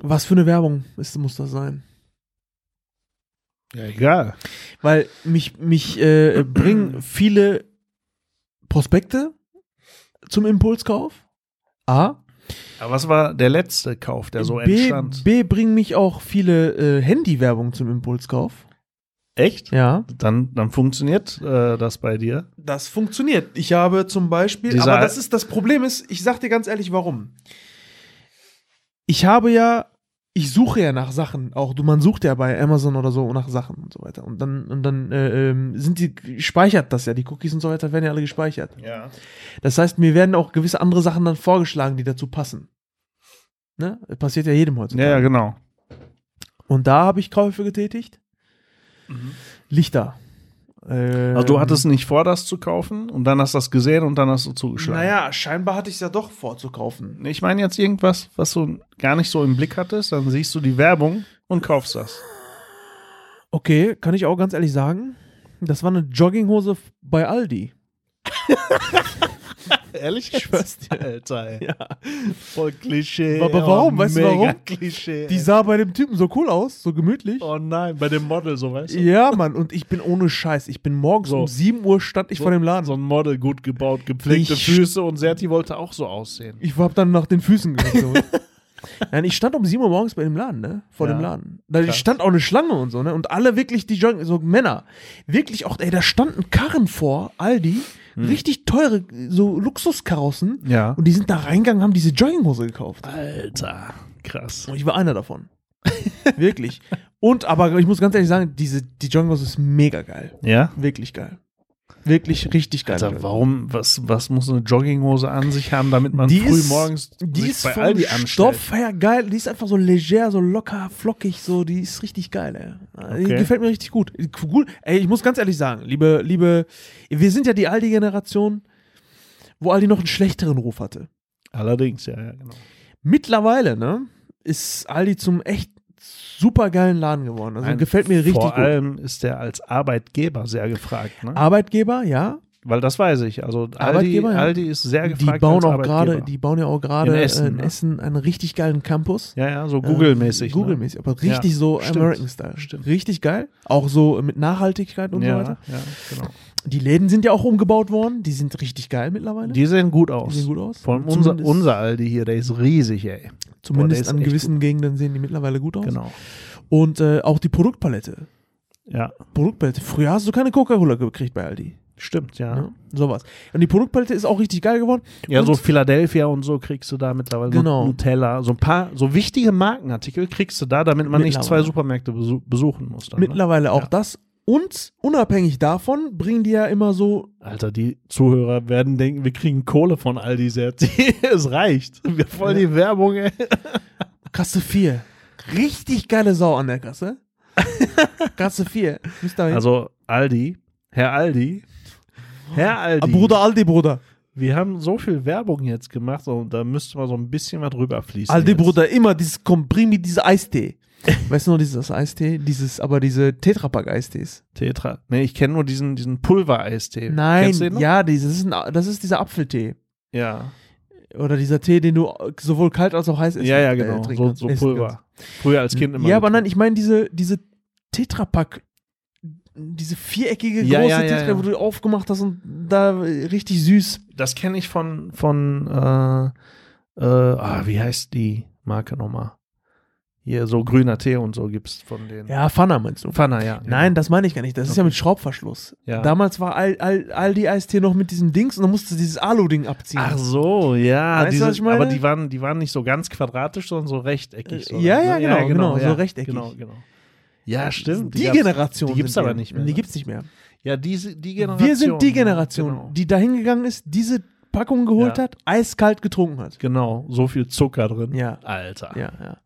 Speaker 2: was für eine Werbung ist, muss das sein?
Speaker 1: Ja, egal.
Speaker 2: Weil mich, mich äh, bringen viele Prospekte zum Impulskauf. A.
Speaker 1: Aber was war der letzte Kauf, der so
Speaker 2: B,
Speaker 1: entstand?
Speaker 2: B bringen mich auch viele äh, Handywerbung zum Impulskauf.
Speaker 1: Echt?
Speaker 2: Ja.
Speaker 1: Dann, dann funktioniert äh, das bei dir.
Speaker 2: Das funktioniert. Ich habe zum Beispiel,
Speaker 1: Dieser-
Speaker 2: aber das ist das Problem ist, ich sag dir ganz ehrlich, warum. Ich habe ja, ich suche ja nach Sachen, auch du, man sucht ja bei Amazon oder so nach Sachen und so weiter. Und dann, und dann äh, ähm, sind die gespeichert das ja, die Cookies und so weiter werden ja alle gespeichert.
Speaker 1: Ja.
Speaker 2: Das heißt, mir werden auch gewisse andere Sachen dann vorgeschlagen, die dazu passen. Ne? Passiert ja jedem
Speaker 1: Ja,
Speaker 2: heutzutage.
Speaker 1: ja, genau.
Speaker 2: Mhm. Und da habe ich Käufe getätigt. Lichter. Ähm,
Speaker 1: Also du hattest nicht vor, das zu kaufen und dann hast du das gesehen und dann hast du zugeschlagen.
Speaker 2: Naja, scheinbar hatte ich es ja doch vorzukaufen.
Speaker 1: Ich meine jetzt irgendwas, was du gar nicht so im Blick hattest, dann siehst du die Werbung und kaufst das.
Speaker 2: Okay, kann ich auch ganz ehrlich sagen, das war eine Jogginghose f- bei Aldi.
Speaker 1: Ehrlich?
Speaker 2: Ich schwör's dir.
Speaker 1: Alter, ey. Voll Klischee. Oh,
Speaker 2: Aber warum? Weißt du
Speaker 1: mega
Speaker 2: warum?
Speaker 1: Klischee.
Speaker 2: Die
Speaker 1: ey.
Speaker 2: sah bei dem Typen so cool aus, so gemütlich.
Speaker 1: oh nein, bei dem Model so, weißt du?
Speaker 2: Ja, Mann, und ich bin ohne Scheiß. Ich bin morgens
Speaker 1: So.
Speaker 2: um 7 Uhr stand ich
Speaker 1: So-
Speaker 2: vor dem Laden.
Speaker 1: So ein Model, gut gebaut, gepflegte
Speaker 2: Ich-
Speaker 1: Füße und Serti wollte auch so aussehen.
Speaker 2: Ich hab dann nach den Füßen geguckt. so. Nein, ich stand um 7 Uhr morgens bei dem Laden, ne? Vor
Speaker 1: Ja.
Speaker 2: dem Laden. Da
Speaker 1: Krass.
Speaker 2: stand auch eine Schlange und so, ne? Und alle wirklich, die Joggen, so Männer. Wirklich auch, ey, da standen Karren vor, Aldi.
Speaker 1: Hm.
Speaker 2: Richtig teure, so Luxuskarossen.
Speaker 1: Ja.
Speaker 2: Und die sind da reingegangen, haben diese Jogginghose gekauft.
Speaker 1: Alter, krass.
Speaker 2: Und ich war einer davon. Wirklich. Und, aber ich muss ganz ehrlich sagen, diese, die Jogginghose ist mega geil.
Speaker 1: Ja?
Speaker 2: Wirklich geil. Wirklich richtig geil.
Speaker 1: Alter, warum, was, was muss eine Jogginghose an sich haben, damit man
Speaker 2: Die
Speaker 1: früh
Speaker 2: ist-
Speaker 1: morgens
Speaker 2: Die
Speaker 1: sich
Speaker 2: ist
Speaker 1: bei
Speaker 2: vom
Speaker 1: Aldi anstellt?
Speaker 2: Stoff her geil. Die ist einfach so leger, so locker, flockig, so. Die ist richtig geil, ey. Die
Speaker 1: Okay.
Speaker 2: gefällt mir richtig gut. gut. Ey, ich muss ganz ehrlich sagen, liebe, liebe, wir sind ja die Aldi-Generation, wo Aldi noch einen schlechteren Ruf hatte.
Speaker 1: Allerdings, ja, ja, genau.
Speaker 2: Mittlerweile, ne, ist Aldi zum echt supergeilen Laden geworden. Also
Speaker 1: Nein,
Speaker 2: gefällt mir richtig
Speaker 1: Vor
Speaker 2: gut.
Speaker 1: allem ist der als Arbeitgeber sehr gefragt, ne?
Speaker 2: Arbeitgeber, ja.
Speaker 1: Weil das weiß ich. Also Aldi,
Speaker 2: Arbeitgeber, ja.
Speaker 1: Aldi ist sehr
Speaker 2: Die
Speaker 1: gefragt.
Speaker 2: bauen,
Speaker 1: als
Speaker 2: auch gerade,
Speaker 1: Arbeitgeber.
Speaker 2: die bauen ja auch gerade
Speaker 1: In
Speaker 2: äh,
Speaker 1: Essen,
Speaker 2: in
Speaker 1: ne?
Speaker 2: Essen einen richtig geilen Campus.
Speaker 1: Ja, ja, so Google-mäßig. ne?
Speaker 2: Äh, Google-mäßig, aber richtig
Speaker 1: Ja,
Speaker 2: so
Speaker 1: stimmt,
Speaker 2: American-Style.
Speaker 1: stimmt.
Speaker 2: Richtig geil. Auch so mit Nachhaltigkeit und
Speaker 1: ne?
Speaker 2: so
Speaker 1: Ja,
Speaker 2: weiter.
Speaker 1: ja, genau.
Speaker 2: Die Läden sind ja auch umgebaut worden. Die sind richtig geil mittlerweile.
Speaker 1: Die sehen gut
Speaker 2: Die
Speaker 1: aus.
Speaker 2: sehen gut aus.
Speaker 1: Vor allem unser,
Speaker 2: Zumindest-
Speaker 1: unser Aldi hier, der ist riesig, ey.
Speaker 2: Zumindest
Speaker 1: Boah, der ist
Speaker 2: an
Speaker 1: echt
Speaker 2: gewissen Gegenden sehen die mittlerweile gut aus.
Speaker 1: Genau.
Speaker 2: Und äh, auch die Produktpalette.
Speaker 1: Ja,
Speaker 2: Produktpalette. Früher hast du keine Coca-Cola gekriegt bei Aldi.
Speaker 1: stimmt, ja.
Speaker 2: Ne? Sowas. Und die Produktpalette ist auch richtig geil geworden.
Speaker 1: Ja,
Speaker 2: und
Speaker 1: so Philadelphia und so kriegst du da mittlerweile
Speaker 2: Genau.
Speaker 1: Nutella, so ein paar, so wichtige Markenartikel kriegst du da, damit man nicht
Speaker 2: Mittlerweile.
Speaker 1: zwei Supermärkte besu besuchen muss. Dann, ne?
Speaker 2: mittlerweile auch
Speaker 1: Ja.
Speaker 2: das. Und unabhängig davon bringen die ja immer so
Speaker 1: Alter, die Zuhörer werden denken, wir kriegen Kohle von Aldi Serti. es reicht. Wir voll die Werbung, ey.
Speaker 2: Kasse 4. Richtig geile Sau an der Kasse. Kasse 4. Müsst ihr hin.
Speaker 1: Also Aldi, Herr Aldi, Herr
Speaker 2: Ah,
Speaker 1: Aldi.
Speaker 2: Bruder Aldi, Bruder.
Speaker 1: Wir haben so viel Werbung jetzt gemacht und da müsste mal so ein bisschen was rüberfließen.
Speaker 2: Aldi,
Speaker 1: jetzt.
Speaker 2: Bruder, immer dieses Komprim mit diesem Eistee. Weißt du noch, dieses Eistee? Dieses, aber diese Tetrapack-Eistees.
Speaker 1: Tetra. Nee, ich kenne nur diesen, diesen Pulvereistee.
Speaker 2: Nein,
Speaker 1: Kennst du den noch?
Speaker 2: ja, dieses, das, ist ein, das ist dieser Apfeltee.
Speaker 1: Ja,
Speaker 2: Oder dieser Tee, den du sowohl kalt als auch heiß isst.
Speaker 1: ja, ja
Speaker 2: äh,
Speaker 1: genau.
Speaker 2: trinken
Speaker 1: So,
Speaker 2: kannst,
Speaker 1: so
Speaker 2: essen
Speaker 1: Pulver. Früher als Kind immer.
Speaker 2: Ja, aber
Speaker 1: getrunken.
Speaker 2: nein, ich meine diese, diese Tetrapack, diese viereckige
Speaker 1: Ja,
Speaker 2: große
Speaker 1: ja, ja,
Speaker 2: Tetra,
Speaker 1: ja.
Speaker 2: wo du aufgemacht hast und da äh, richtig süß.
Speaker 1: Das kenne ich von, von äh, äh, ah, wie heißt die Marke nochmal? Hier, so grüner Tee und so gibt's von denen.
Speaker 2: Ja, Pfanner meinst du?
Speaker 1: Pfanner, ja.
Speaker 2: Nein, das meine ich gar nicht. Das ist ja
Speaker 1: Okay.
Speaker 2: mit Schraubverschluss.
Speaker 1: Ja.
Speaker 2: Damals war all, all, Aldi Eistee noch mit diesem Dings und dann musste dieses Alu-Ding abziehen.
Speaker 1: Ach so, ja.
Speaker 2: Weißt du,
Speaker 1: diese,
Speaker 2: was ich meine?
Speaker 1: Aber die waren, die waren nicht so ganz quadratisch, sondern so rechteckig. So, ne?
Speaker 2: Äh, ja, ja, genau, genau, so
Speaker 1: ja,
Speaker 2: rechteckig.
Speaker 1: Genau, genau. Ja,
Speaker 2: die,
Speaker 1: stimmt. gab's-
Speaker 2: Generation.
Speaker 1: Die gibt's
Speaker 2: sind wir.
Speaker 1: aber nicht mehr.
Speaker 2: Die
Speaker 1: ne?
Speaker 2: gibt's nicht mehr.
Speaker 1: ja, diese, die Generation.
Speaker 2: Wir sind die
Speaker 1: ja,
Speaker 2: Generation,
Speaker 1: Genau.
Speaker 2: die da hingegangen ist, diese Packung geholt
Speaker 1: Ja.
Speaker 2: hat, eiskalt getrunken hat.
Speaker 1: genau, so viel Zucker drin.
Speaker 2: Ja.
Speaker 1: Alter.
Speaker 2: Ja, ja.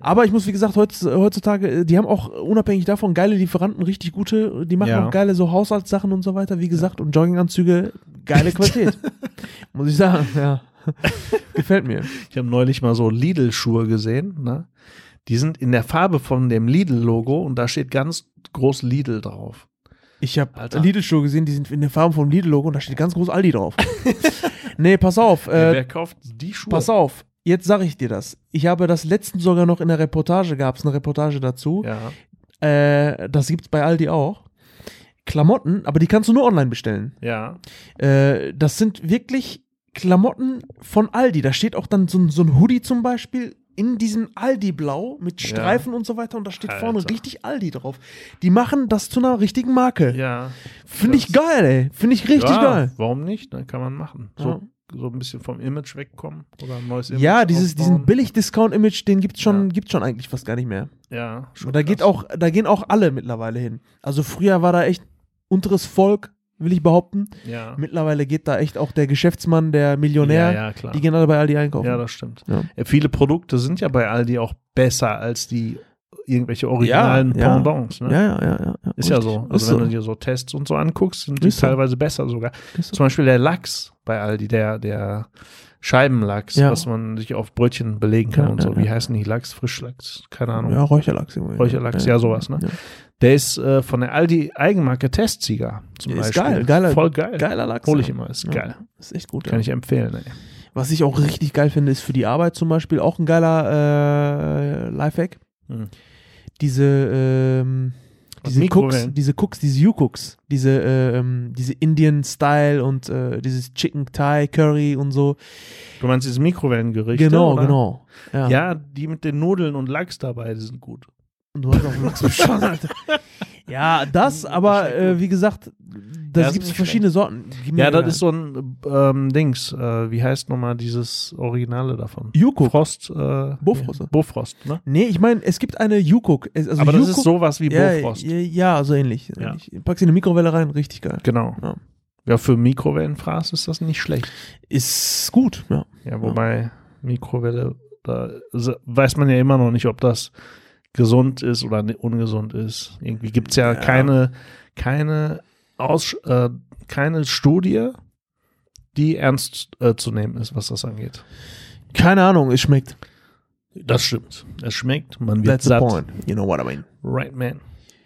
Speaker 2: Aber ich muss, wie gesagt, heutz, heutzutage, äh, die haben auch äh, unabhängig davon geile Lieferanten, richtig gute, die machen
Speaker 1: Ja.
Speaker 2: auch geile so Haushaltssachen und so weiter, wie gesagt, und Jogginganzüge, geile Qualität. muss ich sagen, ja. Gefällt mir.
Speaker 1: Ich habe neulich mal so Lidl-Schuhe gesehen. Ne? Die sind in der Farbe von dem Lidl-Logo und da steht ganz groß Lidl drauf.
Speaker 2: Ich habe
Speaker 1: Alter.
Speaker 2: Lidl-Show gesehen, die sind in der Farbe vom Lidl-Logo und da steht ganz groß Aldi drauf. nee, pass auf, äh,
Speaker 1: Wer kauft die Schuhe?
Speaker 2: pass auf. Jetzt sage ich dir das. Ich habe das letztens sogar noch in der Reportage, gab es eine Reportage dazu.
Speaker 1: Ja.
Speaker 2: Äh, das gibt's bei Aldi auch. Klamotten, aber die kannst du nur online bestellen.
Speaker 1: Ja.
Speaker 2: Äh, das sind wirklich Klamotten von Aldi. Da steht auch dann so, ein- so ein Hoodie zum Beispiel in diesem Aldi-Blau mit
Speaker 1: Ja.
Speaker 2: Streifen und so weiter und da steht vorne
Speaker 1: Alter.
Speaker 2: richtig Aldi drauf. Die machen das zu einer richtigen Marke.
Speaker 1: Ja.
Speaker 2: Finde ich
Speaker 1: Das-
Speaker 2: geil, ey. Finde ich richtig
Speaker 1: ja,
Speaker 2: geil.
Speaker 1: Warum nicht? Ne? Kann man machen. So,
Speaker 2: Ja.
Speaker 1: so ein bisschen vom Image wegkommen oder ein neues Image.
Speaker 2: Ja, dieses, diesen
Speaker 1: aufbauen.
Speaker 2: Billig-Discount-Image, den gibt's schon,
Speaker 1: Ja.
Speaker 2: gibt's schon eigentlich fast gar nicht mehr.
Speaker 1: Ja. schon
Speaker 2: Und da geht
Speaker 1: krass.
Speaker 2: auch, da gehen auch alle mittlerweile hin. Also früher war da echt unteres Volk, will ich behaupten.
Speaker 1: Ja.
Speaker 2: Mittlerweile geht da echt auch der Geschäftsmann, der Millionär,
Speaker 1: Ja, ja, klar.
Speaker 2: die gehen alle bei Aldi einkaufen.
Speaker 1: Ja, das stimmt.
Speaker 2: Ja.
Speaker 1: Äh, Viele Produkte sind ja bei Aldi auch besser als die irgendwelche originalen
Speaker 2: Ja, ja.
Speaker 1: Pendants. Ne?
Speaker 2: Ja, ja, ja, ja. ja.
Speaker 1: Ist ja
Speaker 2: Richtig.
Speaker 1: so.
Speaker 2: Ist
Speaker 1: Also wenn du dir so Tests und so anguckst, sind die
Speaker 2: Ist so.
Speaker 1: teilweise besser sogar.
Speaker 2: Ist so.
Speaker 1: Zum Beispiel der Lachs bei Aldi, der, der Scheibenlachs,
Speaker 2: Ja.
Speaker 1: was man sich auf Brötchen belegen kann
Speaker 2: Ja,
Speaker 1: und so.
Speaker 2: ja,
Speaker 1: Wie
Speaker 2: ja.
Speaker 1: heißen die Lachs? Frischlachs? Keine Ahnung.
Speaker 2: Ja, Räucherlachs. irgendwie.
Speaker 1: Räucherlachs, ja, sowas, ne? Der ist äh, von der Aldi Eigenmarke Testsieger zum
Speaker 2: Ist
Speaker 1: Beispiel.
Speaker 2: geil, geiler-
Speaker 1: Voll geil.
Speaker 2: Geiler Lachs.
Speaker 1: Hol ich
Speaker 2: ja.
Speaker 1: immer, ist
Speaker 2: Ja.
Speaker 1: geil.
Speaker 2: Ist echt gut.
Speaker 1: Kann
Speaker 2: ja.
Speaker 1: ich empfehlen, ey.
Speaker 2: Was ich auch richtig geil finde, ist für die Arbeit zum Beispiel auch ein geiler äh, Lifehack.
Speaker 1: Hm.
Speaker 2: Diese, ähm,
Speaker 1: Was,
Speaker 2: diese Cooks,
Speaker 1: Mikrowellen?
Speaker 2: diese Cooks, diese U-Cooks, diese, äh, ähm, diese Indian-Style und äh, dieses Chicken Thai Curry und so.
Speaker 1: Du meinst dieses Mikrowellengericht?
Speaker 2: genau,
Speaker 1: oder?
Speaker 2: genau. Ja.
Speaker 1: Ja, die mit den Nudeln und Lachs dabei, die sind gut.
Speaker 2: Und du hast auch einen Lachs im Schwanz, Alter. Ja, das, aber äh, wie gesagt,
Speaker 1: Hm, Ja,
Speaker 2: da
Speaker 1: ist
Speaker 2: gibt es
Speaker 1: nicht
Speaker 2: verschiedene Sorten. Gib mir
Speaker 1: Ja, das
Speaker 2: eine.
Speaker 1: ist so ein ähm, Dings. Äh, wie heißt nochmal dieses Originale davon?
Speaker 2: U-Cook.
Speaker 1: Frost. Äh,
Speaker 2: Bofrost.
Speaker 1: ja, Bofrost, ne?
Speaker 2: Nee, ich meine, es gibt eine U-Cook. Es- Also
Speaker 1: Aber das
Speaker 2: U-Cook-
Speaker 1: ist sowas wie
Speaker 2: ja,
Speaker 1: Bofrost.
Speaker 2: Ja, ja, so ähnlich.
Speaker 1: Ja.
Speaker 2: ähnlich. Packst in eine Mikrowelle rein, richtig geil.
Speaker 1: Genau.
Speaker 2: Ja.
Speaker 1: Ja. für Mikrowellenfraß ist das nicht schlecht.
Speaker 2: Ist gut, ja.
Speaker 1: Ja, wobei Mikrowelle, da se- weiß man ja immer noch nicht, ob das gesund ist oder ne- ungesund ist. Irgendwie gibt es ja,
Speaker 2: Ja.
Speaker 1: keine, keine, Aus, äh, keine Studie, die ernst äh, zu nehmen ist, was das angeht.
Speaker 2: Keine Ahnung, es schmeckt.
Speaker 1: Das stimmt. Es schmeckt, man wird
Speaker 2: That's the
Speaker 1: satt.
Speaker 2: point. You know what I mean.
Speaker 1: Right, man.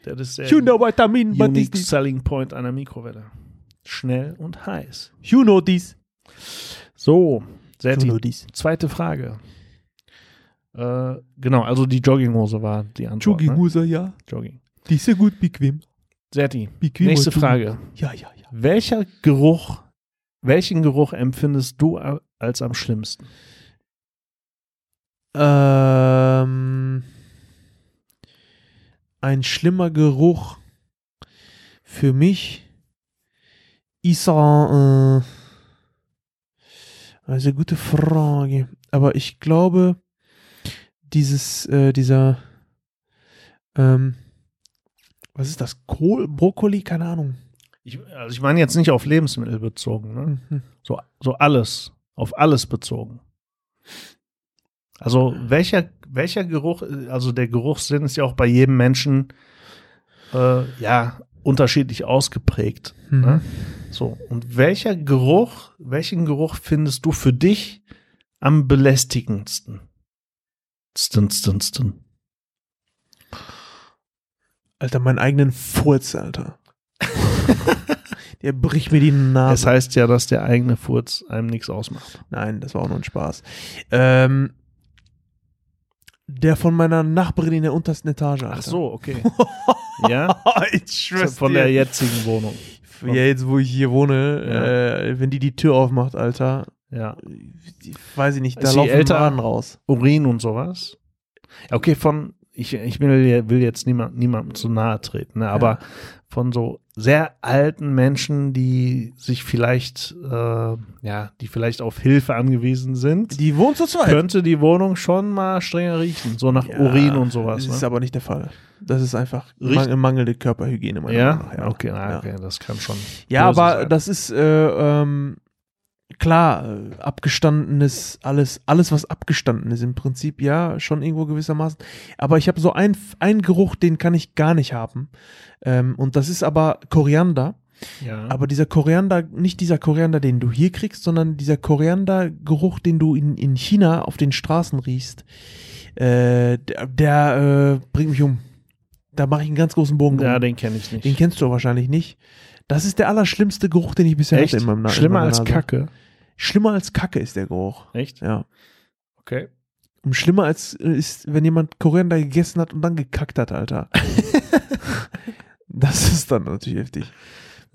Speaker 1: Das ist der
Speaker 2: You know what I mean, but this,
Speaker 1: unique
Speaker 2: this.
Speaker 1: selling point einer Mikrowelle. Schnell und heiß.
Speaker 2: You know this.
Speaker 1: So,
Speaker 2: You
Speaker 1: Setti,
Speaker 2: know this.
Speaker 1: Zweite Frage. Äh, genau, also die Jogginghose war die Antwort. Jogging. Ne?
Speaker 2: Jogginghose, ja.
Speaker 1: Jogging.
Speaker 2: Die ist ja gut, bequem.
Speaker 1: Serti,
Speaker 2: Bequem
Speaker 1: nächste
Speaker 2: und gut.
Speaker 1: Frage.
Speaker 2: Ja, ja, ja.
Speaker 1: Welcher Geruch, welchen Geruch empfindest du a- als am schlimmsten?
Speaker 2: Ähm, ein schlimmer Geruch für mich ist äh, äh, also gute Frage, aber ich glaube dieses äh, dieser ähm, was ist das Kohl Brokkoli keine Ahnung
Speaker 1: Ich, also ich meine jetzt nicht auf Lebensmittel bezogen, ne?
Speaker 2: Mhm.
Speaker 1: so, so alles, auf alles bezogen. Also welcher, welcher Geruch, also der Geruchssinn ist ja auch bei jedem Menschen äh, ja unterschiedlich ausgeprägt.
Speaker 2: hm.
Speaker 1: Ne? So, und welcher Geruch, welchen Geruch findest du für dich am belästigendsten? Stin, stin, stin.
Speaker 2: Alter meinen eigenen Furz Alter der bricht mir die Nase
Speaker 1: Das heißt ja, dass der eigene Furz einem nichts ausmacht.
Speaker 2: Nein, das war auch nur ein Spaß. Ähm, der von meiner Nachbarin in der untersten Etage. Alter.
Speaker 1: okay. ja,
Speaker 2: ich schwör's
Speaker 1: von
Speaker 2: dir.
Speaker 1: der jetzigen Wohnung.
Speaker 2: ja, jetzt, wo ich hier wohne,
Speaker 1: Ja.
Speaker 2: äh, wenn die die Tür aufmacht, Alter,
Speaker 1: Ja.
Speaker 2: ich weiß ich nicht, da
Speaker 1: Ist sie
Speaker 2: laufen
Speaker 1: älter?
Speaker 2: Maden raus.
Speaker 1: Urin und sowas. Ja, Okay, von, ich, ich will, will jetzt niemand, niemandem zu nahe treten, ne? aber von so sehr alten Menschen, die sich vielleicht, äh, ja, die vielleicht auf Hilfe angewiesen sind.
Speaker 2: Die wohnt zu zweit.
Speaker 1: könnte die Wohnung schon mal strenger riechen, so nach
Speaker 2: Ja,
Speaker 1: Urin und sowas.
Speaker 2: Das ist
Speaker 1: Ne?
Speaker 2: aber nicht der Fall. Das ist einfach
Speaker 1: Richt-
Speaker 2: man mangelnde Körperhygiene. meiner
Speaker 1: Ja?
Speaker 2: Meinung nach, ja.
Speaker 1: okay, na,
Speaker 2: Ja.
Speaker 1: okay, das kann schon.
Speaker 2: Ja,
Speaker 1: böse
Speaker 2: aber
Speaker 1: sein.
Speaker 2: das ist äh, ähm, klar, äh, abgestandenes, alles, alles, was abgestanden ist im Prinzip, ja, schon irgendwo gewissermaßen. Aber ich habe so einen ein Geruch, den kann ich gar nicht haben. Ähm, und das ist aber Koriander.
Speaker 1: Ja.
Speaker 2: Aber dieser Koriander, nicht dieser Koriander, den du hier kriegst, sondern dieser Koriander-Geruch, den du in, in China auf den Straßen riechst, äh, der, der äh, bringt mich um. Da mache ich einen ganz großen Bogen.
Speaker 1: ja,
Speaker 2: um.
Speaker 1: den kenne ich nicht.
Speaker 2: Den kennst du wahrscheinlich nicht. Das ist der allerschlimmste Geruch, den ich bisher
Speaker 1: Echt?
Speaker 2: hatte in meinem Na- in
Speaker 1: Schlimmer
Speaker 2: meiner
Speaker 1: als
Speaker 2: Nase.
Speaker 1: Kacke.
Speaker 2: Schlimmer als Kacke ist der Geruch.
Speaker 1: Echt?
Speaker 2: Ja.
Speaker 1: Okay.
Speaker 2: Und schlimmer als äh, ist, wenn jemand Koriander gegessen hat und dann gekackt hat, Alter. das ist dann natürlich heftig.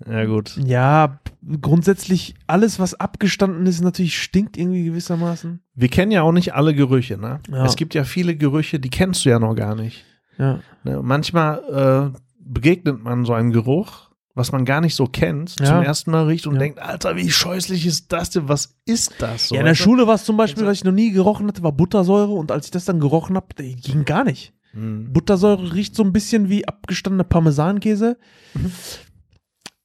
Speaker 1: Ja, gut.
Speaker 2: Ja, p- grundsätzlich alles, was abgestanden ist, natürlich stinkt irgendwie gewissermaßen.
Speaker 1: Wir kennen ja auch nicht alle Gerüche, ne?
Speaker 2: Ja.
Speaker 1: Es gibt ja viele Gerüche, die kennst du ja noch gar nicht.
Speaker 2: Ja.
Speaker 1: Ne? Manchmal äh, begegnet man so einem Geruch, was man gar nicht so kennt,
Speaker 2: Ja.
Speaker 1: zum ersten Mal riecht und
Speaker 2: Ja.
Speaker 1: denkt, Alter, wie scheußlich ist das denn? Was ist das? So,
Speaker 2: ja, in der
Speaker 1: weißt du?
Speaker 2: Schule war es zum Beispiel, was ich noch nie gerochen hatte, war Buttersäure und als ich das dann gerochen habe, ging gar nicht.
Speaker 1: Hm.
Speaker 2: Buttersäure riecht so ein Mhm. bisschen wie abgestandener Parmesankäse.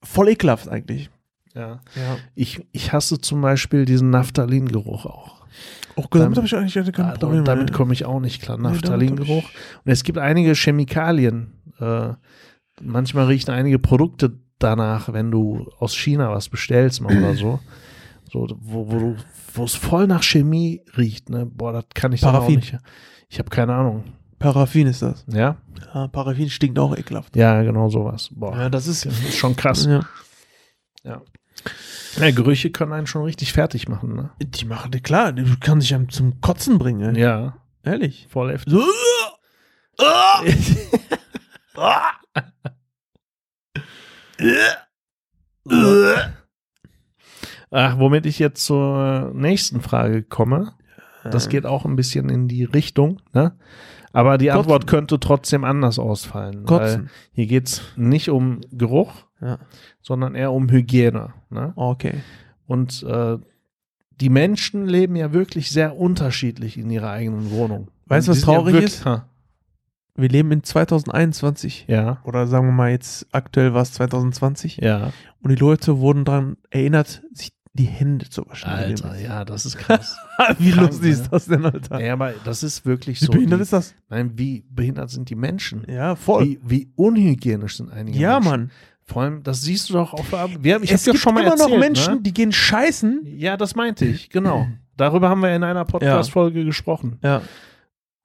Speaker 2: Voll ekelhaft eigentlich.
Speaker 1: Ja.
Speaker 2: Ja.
Speaker 1: Ich, ich hasse zum Beispiel diesen Naphthalin-Geruch auch.
Speaker 2: Auch damit
Speaker 1: Damit-
Speaker 2: habe ich eigentlich hatte kein
Speaker 1: Ah,
Speaker 2: Problem.
Speaker 1: damit damit komme ich auch nicht klar. Naphthalin-Geruch.
Speaker 2: Nee,
Speaker 1: Und es gibt einige Chemikalien. Äh, manchmal riechen einige Produkte danach, wenn du aus China was bestellst mal oder so. so wo, wo, du, wo es voll nach Chemie riecht. Ne? Boah, das kann ich dann auch
Speaker 2: Paraffin.
Speaker 1: nicht. Ich habe keine Ahnung.
Speaker 2: Paraffin ist das.
Speaker 1: Ja?
Speaker 2: Ja, Paraffin stinkt auch ekelhaft.
Speaker 1: Ja, genau sowas. Boah,
Speaker 2: Ja, das ist.
Speaker 1: das ist schon krass.
Speaker 2: Ja.
Speaker 1: Ja, Gerüche können einen schon richtig fertig machen. Ne?
Speaker 2: Die machen, klar, die kann sich einem zum Kotzen bringen, ey.
Speaker 1: Ja,
Speaker 2: Ehrlich.
Speaker 1: voll heftig.
Speaker 2: So. Ah! Ah! Äh.
Speaker 1: Ach, womit ich jetzt zur nächsten Frage komme.
Speaker 2: Äh.
Speaker 1: Das geht auch ein bisschen in die Richtung, ne? Aber die
Speaker 2: Kotzen.
Speaker 1: Antwort könnte trotzdem anders ausfallen. Weil
Speaker 2: Kotzen.
Speaker 1: hier geht es nicht um Geruch,
Speaker 2: Ja.
Speaker 1: sondern eher um Hygiene. Ne?
Speaker 2: Okay.
Speaker 1: Und äh, die Menschen leben ja wirklich sehr unterschiedlich in ihrer eigenen Wohnung.
Speaker 2: Weißt du, was
Speaker 1: Die sind
Speaker 2: traurig
Speaker 1: ja wirklich-
Speaker 2: ist?
Speaker 1: Ha,
Speaker 2: Wir leben in 2021.
Speaker 1: Ja,
Speaker 2: Oder sagen wir mal jetzt, aktuell war es 2020.
Speaker 1: ja.
Speaker 2: Und die Leute wurden daran erinnert, sich die Hände zu waschen. Ah,
Speaker 1: Alter, ja, das ist krass.
Speaker 2: Wie
Speaker 1: Krank,
Speaker 2: lustig ist
Speaker 1: ne?
Speaker 2: das denn, Alter?
Speaker 1: ja, aber das ist wirklich
Speaker 2: Wie
Speaker 1: so.
Speaker 2: behindert
Speaker 1: Die-
Speaker 2: ist das?
Speaker 1: Nein, wie behindert sind die Menschen?
Speaker 2: Ja, voll.
Speaker 1: Wie, wie unhygienisch sind einige
Speaker 2: ja,
Speaker 1: Menschen.
Speaker 2: Mann.
Speaker 1: Vor allem, das siehst du doch auf der Arbeit. Wir haben, ich
Speaker 2: es
Speaker 1: hab's ja
Speaker 2: gibt
Speaker 1: schon mal
Speaker 2: immer
Speaker 1: erzählt,
Speaker 2: noch Menschen,
Speaker 1: Ne?
Speaker 2: die gehen scheißen.
Speaker 1: Ja, das meinte ich, genau. Darüber haben wir in einer Podcast-Folge gesprochen.
Speaker 2: Ja.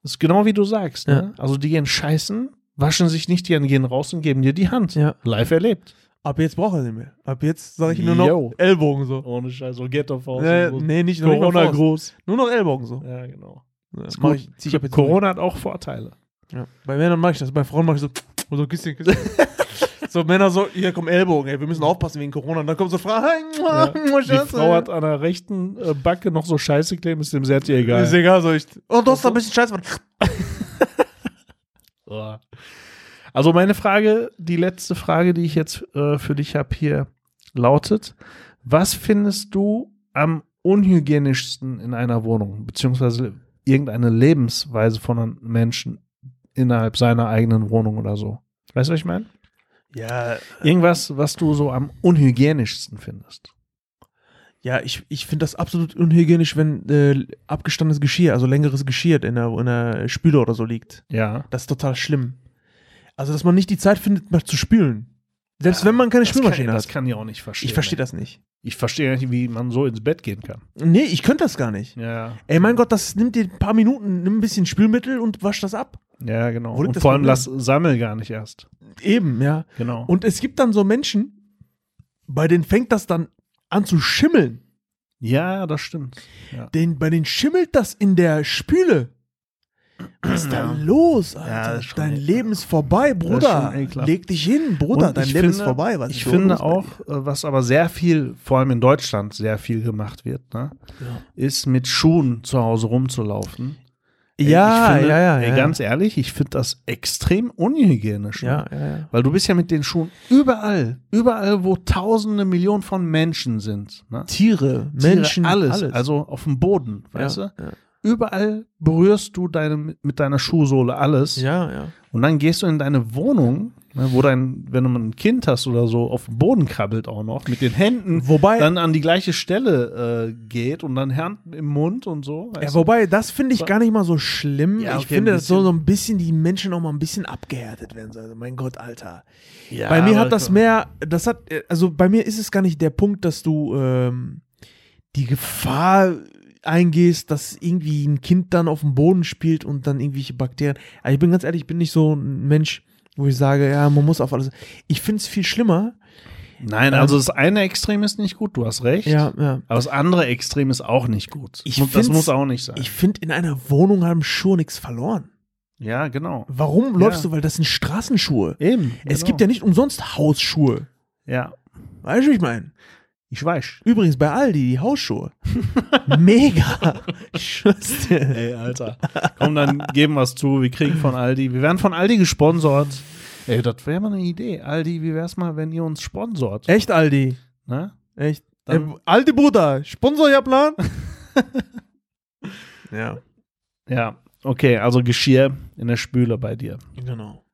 Speaker 1: Das ist genau wie du sagst. Ne? Also die gehen scheißen, waschen sich nicht, die gehen raus und geben dir die Hand.
Speaker 2: Ja.
Speaker 1: Live erlebt.
Speaker 2: Ab jetzt braucht er sie mehr. Ab jetzt sage ich nur noch
Speaker 1: Yo.
Speaker 2: Ellbogen so.
Speaker 1: Ohne Scheiß, so geht doch vor.
Speaker 2: Äh, nee, nicht noch nicht mal Faust.
Speaker 1: groß.
Speaker 2: Nur noch Ellbogen so.
Speaker 1: Ja, genau.
Speaker 2: Ja,
Speaker 1: Ist
Speaker 2: mach
Speaker 1: gut.
Speaker 2: ich, zieh ich ab jetzt
Speaker 1: Corona hat auch Vorteile.
Speaker 2: durch. Ja. Bei Männern mache ich das, bei Frauen mache ich so, und so Küsschen, Küsschen. so Männer so, hier kommen Ellbogen, ey, wir müssen aufpassen wegen Corona. Und dann kommt so Frau, hey, mua, mua, äh."
Speaker 1: Die
Speaker 2: Scheiße.
Speaker 1: Frau hat an der rechten äh, Backe noch so Scheiße kleben, ist dem sehr dir egal.
Speaker 2: Ist egal, so ich. Oh, du hast da ein bisschen Scheiße. gemacht.
Speaker 1: Oh. Also meine Frage, die letzte Frage, die ich jetzt äh, für dich habe hier, lautet, was findest du am unhygienischsten in einer Wohnung, beziehungsweise irgendeine Lebensweise von einem Menschen innerhalb seiner eigenen Wohnung oder so? Weißt du, was ich meine?
Speaker 2: Ja,
Speaker 1: Irgendwas, was du so am unhygienischsten findest.
Speaker 2: ja, ich, ich finde das absolut unhygienisch, wenn äh, abgestandenes Geschirr, also längeres Geschirr in der, in der Spüle oder so liegt.
Speaker 1: Ja.
Speaker 2: Das ist total schlimm. Also, dass man nicht die Zeit findet, mal zu spülen. Selbst wenn man keine
Speaker 1: Das kann,
Speaker 2: Spülmaschine
Speaker 1: das
Speaker 2: hat.
Speaker 1: kann ich auch nicht verstehen. ne.
Speaker 2: Ich verstehe das nicht.
Speaker 1: Ich verstehe nicht, wie man so ins Bett gehen kann.
Speaker 2: Nee, ich könnte das gar nicht.
Speaker 1: Ja.
Speaker 2: Ey, mein Gott, das nimmt dir ein paar Minuten, nimm ein bisschen Spülmittel und wasch das ab.
Speaker 1: Ja, genau.
Speaker 2: Wo liegt
Speaker 1: Und
Speaker 2: das
Speaker 1: vor allem
Speaker 2: Problem?
Speaker 1: lass Sammel gar nicht erst.
Speaker 2: Eben, ja.
Speaker 1: Genau.
Speaker 2: Und es gibt dann so Menschen, bei denen fängt das dann an zu schimmeln.
Speaker 1: Ja, das stimmt. Ja,
Speaker 2: Den, bei denen schimmelt das in der Spüle. Was ist da los, Alter?
Speaker 1: Ja, das ist schon
Speaker 2: dein
Speaker 1: ekelhaft.
Speaker 2: Leben ist vorbei, Bruder.
Speaker 1: schon ekelhaft.
Speaker 2: Leg dich hin, Bruder.
Speaker 1: Und
Speaker 2: dein
Speaker 1: ich
Speaker 2: Leben ist
Speaker 1: finde-
Speaker 2: vorbei. Was
Speaker 1: ich
Speaker 2: ist so los
Speaker 1: finde
Speaker 2: bei
Speaker 1: auch, äh, was aber sehr viel, vor allem in Deutschland, sehr viel gemacht wird, ne,
Speaker 2: Ja.
Speaker 1: ist mit Schuhen zu Hause rumzulaufen.
Speaker 2: dir?
Speaker 1: Ey,
Speaker 2: Ja,
Speaker 1: ich finde,
Speaker 2: ja, ja,
Speaker 1: ey,
Speaker 2: ja.
Speaker 1: Ganz ehrlich, ich finde das extrem unhygienisch. ne?
Speaker 2: ja, ja, ja.
Speaker 1: Weil du bist ja mit den Schuhen überall, überall, wo tausende Millionen von Menschen sind. Ne?
Speaker 2: Tiere,
Speaker 1: Tiere,
Speaker 2: Menschen,
Speaker 1: alles,
Speaker 2: alles.
Speaker 1: Also auf dem Boden,
Speaker 2: ja,
Speaker 1: weißt du?
Speaker 2: Ja,
Speaker 1: Überall berührst du deine, mit deiner Schuhsohle alles.
Speaker 2: ja. ja.
Speaker 1: Und dann gehst du in deine Wohnung, ne, wo dein, wenn du mal ein Kind hast oder so, auf den Boden krabbelt auch noch, mit den Händen,
Speaker 2: Wobei,
Speaker 1: dann an die gleiche Stelle äh, geht und dann Hand im Mund und so.
Speaker 2: Ja,
Speaker 1: weißt du?
Speaker 2: wobei, das finde ich gar nicht mal so schlimm.
Speaker 1: Ja,
Speaker 2: ich
Speaker 1: okay,
Speaker 2: finde,
Speaker 1: ein
Speaker 2: dass so,
Speaker 1: bisschen.
Speaker 2: so ein bisschen die Menschen auch mal ein bisschen abgehärtet werden sollen. Also, Mein Gott, Alter.
Speaker 1: Ja,
Speaker 2: bei mir
Speaker 1: aber-
Speaker 2: hat das mehr, das hat, äh, also bei mir ist es gar nicht der Punkt, dass du ähm, die Gefahr eingehst, dass irgendwie ein Kind dann auf dem Boden spielt und dann irgendwelche Bakterien. Also ich bin ganz ehrlich, ich bin nicht so ein Mensch, wo ich sage, ja, man muss auf alles. Ich finde es viel schlimmer.
Speaker 1: Nein, also das eine Extrem ist nicht gut, du hast recht.
Speaker 2: Ja, ja.
Speaker 1: Aber das andere Extrem ist auch nicht gut.
Speaker 2: Ich
Speaker 1: Mu- das
Speaker 2: find's-
Speaker 1: muss auch nicht sein.
Speaker 2: Ich finde, in einer Wohnung haben Schuhe nichts verloren.
Speaker 1: ja, genau.
Speaker 2: Warum
Speaker 1: Ja.
Speaker 2: läufst du? Weil das sind Straßenschuhe.
Speaker 1: Eben.
Speaker 2: Es
Speaker 1: genau.
Speaker 2: gibt ja nicht umsonst Hausschuhe.
Speaker 1: Ja,
Speaker 2: Weißt du, wie ich meine?
Speaker 1: ich weiß.
Speaker 2: Übrigens bei Aldi die Hausschuhe. Mega. Ich schwör's dir.
Speaker 1: Ey, Alter. Komm, dann geben wir es zu. Wir kriegen von Aldi. Wir werden von Aldi gesponsort. Ey, das wäre mal eine Idee. Aldi, wie wär's mal, wenn ihr uns sponsort?
Speaker 2: Echt Aldi.
Speaker 1: Ne?
Speaker 2: Echt.
Speaker 1: Dann-
Speaker 2: Äh, Aldi Bruder, Sponsor Japan. ja,
Speaker 1: Ja, okay, also Geschirr in der Spüle bei dir.
Speaker 2: genau.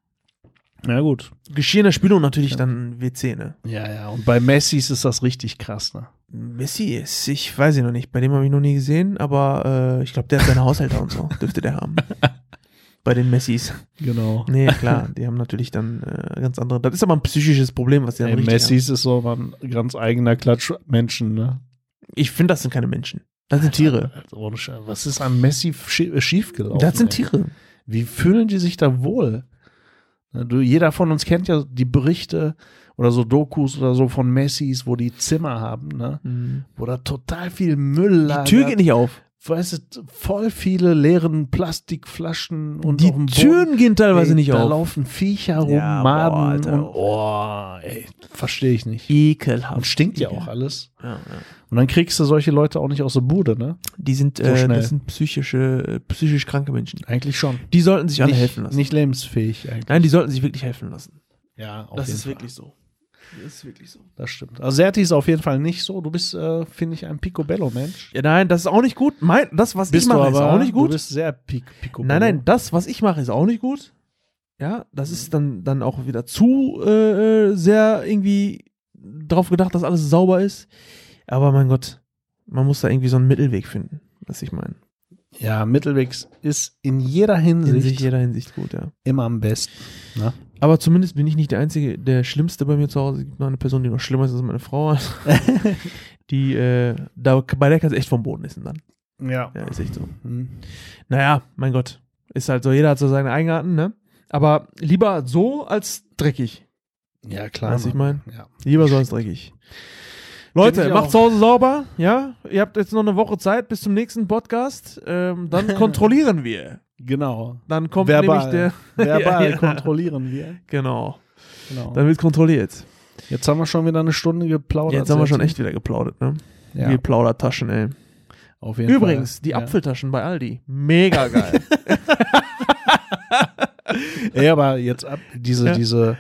Speaker 1: Ja, gut.
Speaker 2: Geschehener Spieler und natürlich
Speaker 1: Ja.
Speaker 2: dann WC, ne?
Speaker 1: Ja, ja. Und bei Messis ist das richtig krass, ne?
Speaker 2: Messi ist, ich weiß ihn noch nicht, bei dem habe ich noch nie gesehen, aber äh, ich glaube, der hat seine Haushalter und so, dürfte der haben. Bei den Messis.
Speaker 1: Genau.
Speaker 2: Nee, klar, die haben natürlich dann äh, ganz andere. Das ist aber ein psychisches Problem, was die dann
Speaker 1: Ey,
Speaker 2: richtig haben.
Speaker 1: Messis ist so ein ganz eigener Klatsch Menschen, ne?
Speaker 2: Ich finde, das sind keine Menschen. Das sind Tiere.
Speaker 1: Also, ohne Scheiß. Was ist an Messi schi- schiefgelaufen?
Speaker 2: Das sind
Speaker 1: ey?
Speaker 2: Tiere.
Speaker 1: Wie fühlen die sich da wohl? Na, Du, jeder von uns kennt ja die Berichte oder so Dokus oder so von Messis, wo die Zimmer haben, ne? wo da total viel Müll
Speaker 2: Die
Speaker 1: lagert.
Speaker 2: Tür geht nicht auf.
Speaker 1: Weißt du, voll viele leeren Plastikflaschen und
Speaker 2: die
Speaker 1: auf dem Boden,
Speaker 2: Türen gehen teilweise
Speaker 1: ey,
Speaker 2: nicht
Speaker 1: Da
Speaker 2: auf.
Speaker 1: laufen Viecher rum,
Speaker 2: Ja, boah,
Speaker 1: Maden
Speaker 2: Alter.
Speaker 1: und oh, ey, verstehe ich nicht. Und
Speaker 2: Ekelhaft.
Speaker 1: stinkt ja
Speaker 2: Ekel.
Speaker 1: auch alles.
Speaker 2: Ja, ja.
Speaker 1: Und dann kriegst du solche Leute auch nicht aus der Bude, ne?
Speaker 2: Die sind,
Speaker 1: So
Speaker 2: äh,
Speaker 1: schnell.
Speaker 2: das sind psychische, äh, psychisch kranke Menschen.
Speaker 1: Eigentlich schon.
Speaker 2: Die sollten sich alle
Speaker 1: nicht,
Speaker 2: helfen lassen.
Speaker 1: Nicht lebensfähig eigentlich.
Speaker 2: Nein, die sollten sich wirklich helfen lassen.
Speaker 1: Ja, auf
Speaker 2: das
Speaker 1: jeden
Speaker 2: ist
Speaker 1: Fall.
Speaker 2: wirklich so. Das ist wirklich so.
Speaker 1: Das stimmt. Also Serti ist auf jeden Fall nicht so. Du bist, äh, finde ich, ein Picobello-Mensch.
Speaker 2: Ja, nein, das ist auch nicht gut. Mein, das, was ich
Speaker 1: du
Speaker 2: mache, ist auch nicht
Speaker 1: Du
Speaker 2: gut.
Speaker 1: bist sehr Pic Picobello.
Speaker 2: Nein, nein, das, was ich mache, ist auch nicht gut. Ja, das ist dann, dann auch wieder zu äh, äh, sehr irgendwie drauf gedacht, dass alles sauber ist. Aber mein Gott, man muss da irgendwie so einen Mittelweg finden, was ich meine.
Speaker 1: Ja, Mittelwegs ist in jeder
Speaker 2: In
Speaker 1: Hinsicht
Speaker 2: sich jeder Hinsicht gut, ja.
Speaker 1: immer am besten. Ne?
Speaker 2: Aber zumindest bin ich nicht der Einzige, der Schlimmste bei mir zu Hause. Es gibt noch eine Person, die noch schlimmer ist als meine Frau. die, äh, da, bei der kannst du echt vom Boden essen dann.
Speaker 1: Ja.
Speaker 2: Ja, ist echt so.
Speaker 1: Hm.
Speaker 2: Naja, mein Gott. Ist halt so, jeder hat so seinen Eigenarten, ne? Aber lieber so als dreckig.
Speaker 1: Ja, klar.
Speaker 2: Weiß ich
Speaker 1: Mann. Ja.
Speaker 2: Lieber so als dreckig. Leute,
Speaker 1: ich auch.
Speaker 2: macht zu Hause sauber, ja? Ihr habt jetzt noch eine Woche Zeit bis zum nächsten Podcast. Ähm, dann kontrollieren wir.
Speaker 1: Genau.
Speaker 2: Dann kommt nämlich
Speaker 1: verbal
Speaker 2: der.
Speaker 1: verbal
Speaker 2: Ja, ja.
Speaker 1: kontrollieren wir.
Speaker 2: Genau.
Speaker 1: Genau.
Speaker 2: Dann wird kontrolliert.
Speaker 1: Jetzt haben wir schon wieder eine Stunde geplaudert.
Speaker 2: Jetzt haben wir schon
Speaker 1: Serti.
Speaker 2: echt wieder geplaudert, ne?
Speaker 1: Ja,
Speaker 2: Wir Plaudertaschen, ey.
Speaker 1: auf jeden
Speaker 2: Übrigens,
Speaker 1: Fall.
Speaker 2: die
Speaker 1: ja.
Speaker 2: Apfeltaschen bei Aldi. Mega geil.
Speaker 1: Ey, aber jetzt ab, diese,
Speaker 2: Ja.
Speaker 1: diese,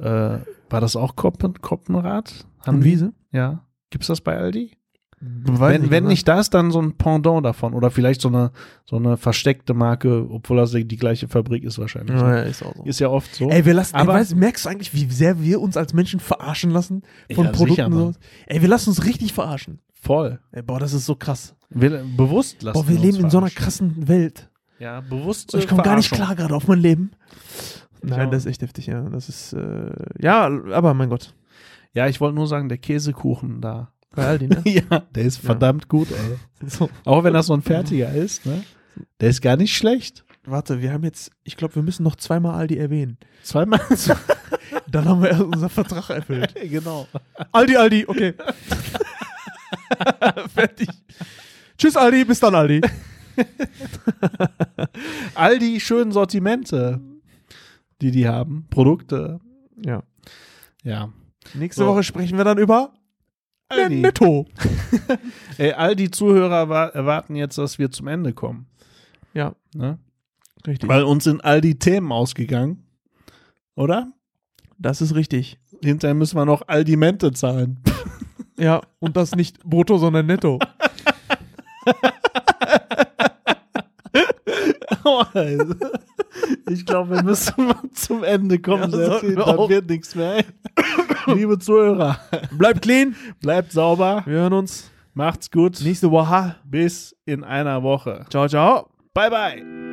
Speaker 1: äh, war das auch Koppen, Koppenrad? Haben
Speaker 2: Und
Speaker 1: die-
Speaker 2: Wiese?
Speaker 1: Ja. Gibt's das bei Aldi?
Speaker 2: Mhm. Weiß
Speaker 1: wenn, wenn nicht das, dann so ein Pendant davon. Oder vielleicht so eine, so eine versteckte Marke, obwohl das die gleiche Fabrik ist wahrscheinlich.
Speaker 2: Ja, ja, ist auch so.
Speaker 1: Ist ja oft so.
Speaker 2: Ey, wir lassen,
Speaker 1: Aber-
Speaker 2: ey, weißt, merkst du eigentlich, wie sehr wir uns als Menschen verarschen lassen von
Speaker 1: Ja,
Speaker 2: Produkten?
Speaker 1: sicher,
Speaker 2: so?
Speaker 1: Mann.
Speaker 2: Ey, wir lassen uns richtig verarschen.
Speaker 1: Voll.
Speaker 2: Ey, boah, das ist so krass.
Speaker 1: Wir, bewusst lassen
Speaker 2: boah, wir
Speaker 1: uns
Speaker 2: leben in so einer
Speaker 1: verarschen.
Speaker 2: krassen Welt.
Speaker 1: Ja, bewusst.
Speaker 2: Ich komme gar nicht klar gerade auf mein Leben. Nein,
Speaker 1: auch.
Speaker 2: das ist echt heftig, ja. Das ist, äh, ja, aber mein Gott.
Speaker 1: Ja, ich wollte nur sagen, der Käsekuchen da.
Speaker 2: Bei Aldi, ne?
Speaker 1: ja, der ist
Speaker 2: Ja.
Speaker 1: verdammt gut, ey.
Speaker 2: so.
Speaker 1: Auch wenn das so ein fertiger ist, ne? Der ist gar nicht schlecht.
Speaker 2: Warte, wir haben jetzt, ich glaube, wir müssen noch zweimal Aldi erwähnen.
Speaker 1: Zweimal.
Speaker 2: Dann haben wir erst unseren Vertrag erfüllt.
Speaker 1: genau.
Speaker 2: Aldi, Aldi, okay. Fertig. Tschüss, Aldi, bis dann, Aldi.
Speaker 1: All die schönen Sortimente, die die haben. Produkte.
Speaker 2: Ja.
Speaker 1: Ja.
Speaker 2: Nächste
Speaker 1: So.
Speaker 2: Woche sprechen wir dann über
Speaker 1: Aldi.
Speaker 2: Netto.
Speaker 1: Ey, all die Zuhörer wa- erwarten jetzt, dass wir zum Ende kommen.
Speaker 2: Ja.
Speaker 1: Ne?
Speaker 2: Richtig.
Speaker 1: Weil uns sind all die Themen ausgegangen. Oder?
Speaker 2: Das ist richtig.
Speaker 1: Hinterher müssen wir noch Aldimente zahlen.
Speaker 2: Ja, und das nicht brutto, sondern netto.
Speaker 1: ich glaube, wir müssen mal zum Ende
Speaker 2: Ja,
Speaker 1: kommen.
Speaker 2: sollten
Speaker 1: Serti,
Speaker 2: wir
Speaker 1: dann
Speaker 2: auch.
Speaker 1: wird nichts mehr. Liebe Zuhörer,
Speaker 2: Bleibt clean.
Speaker 1: bleibt sauber,
Speaker 2: Wir hören uns
Speaker 1: macht's gut.
Speaker 2: nächste Woche.
Speaker 1: Bis in einer Woche.
Speaker 2: Ciao, ciao.
Speaker 1: Bye, bye.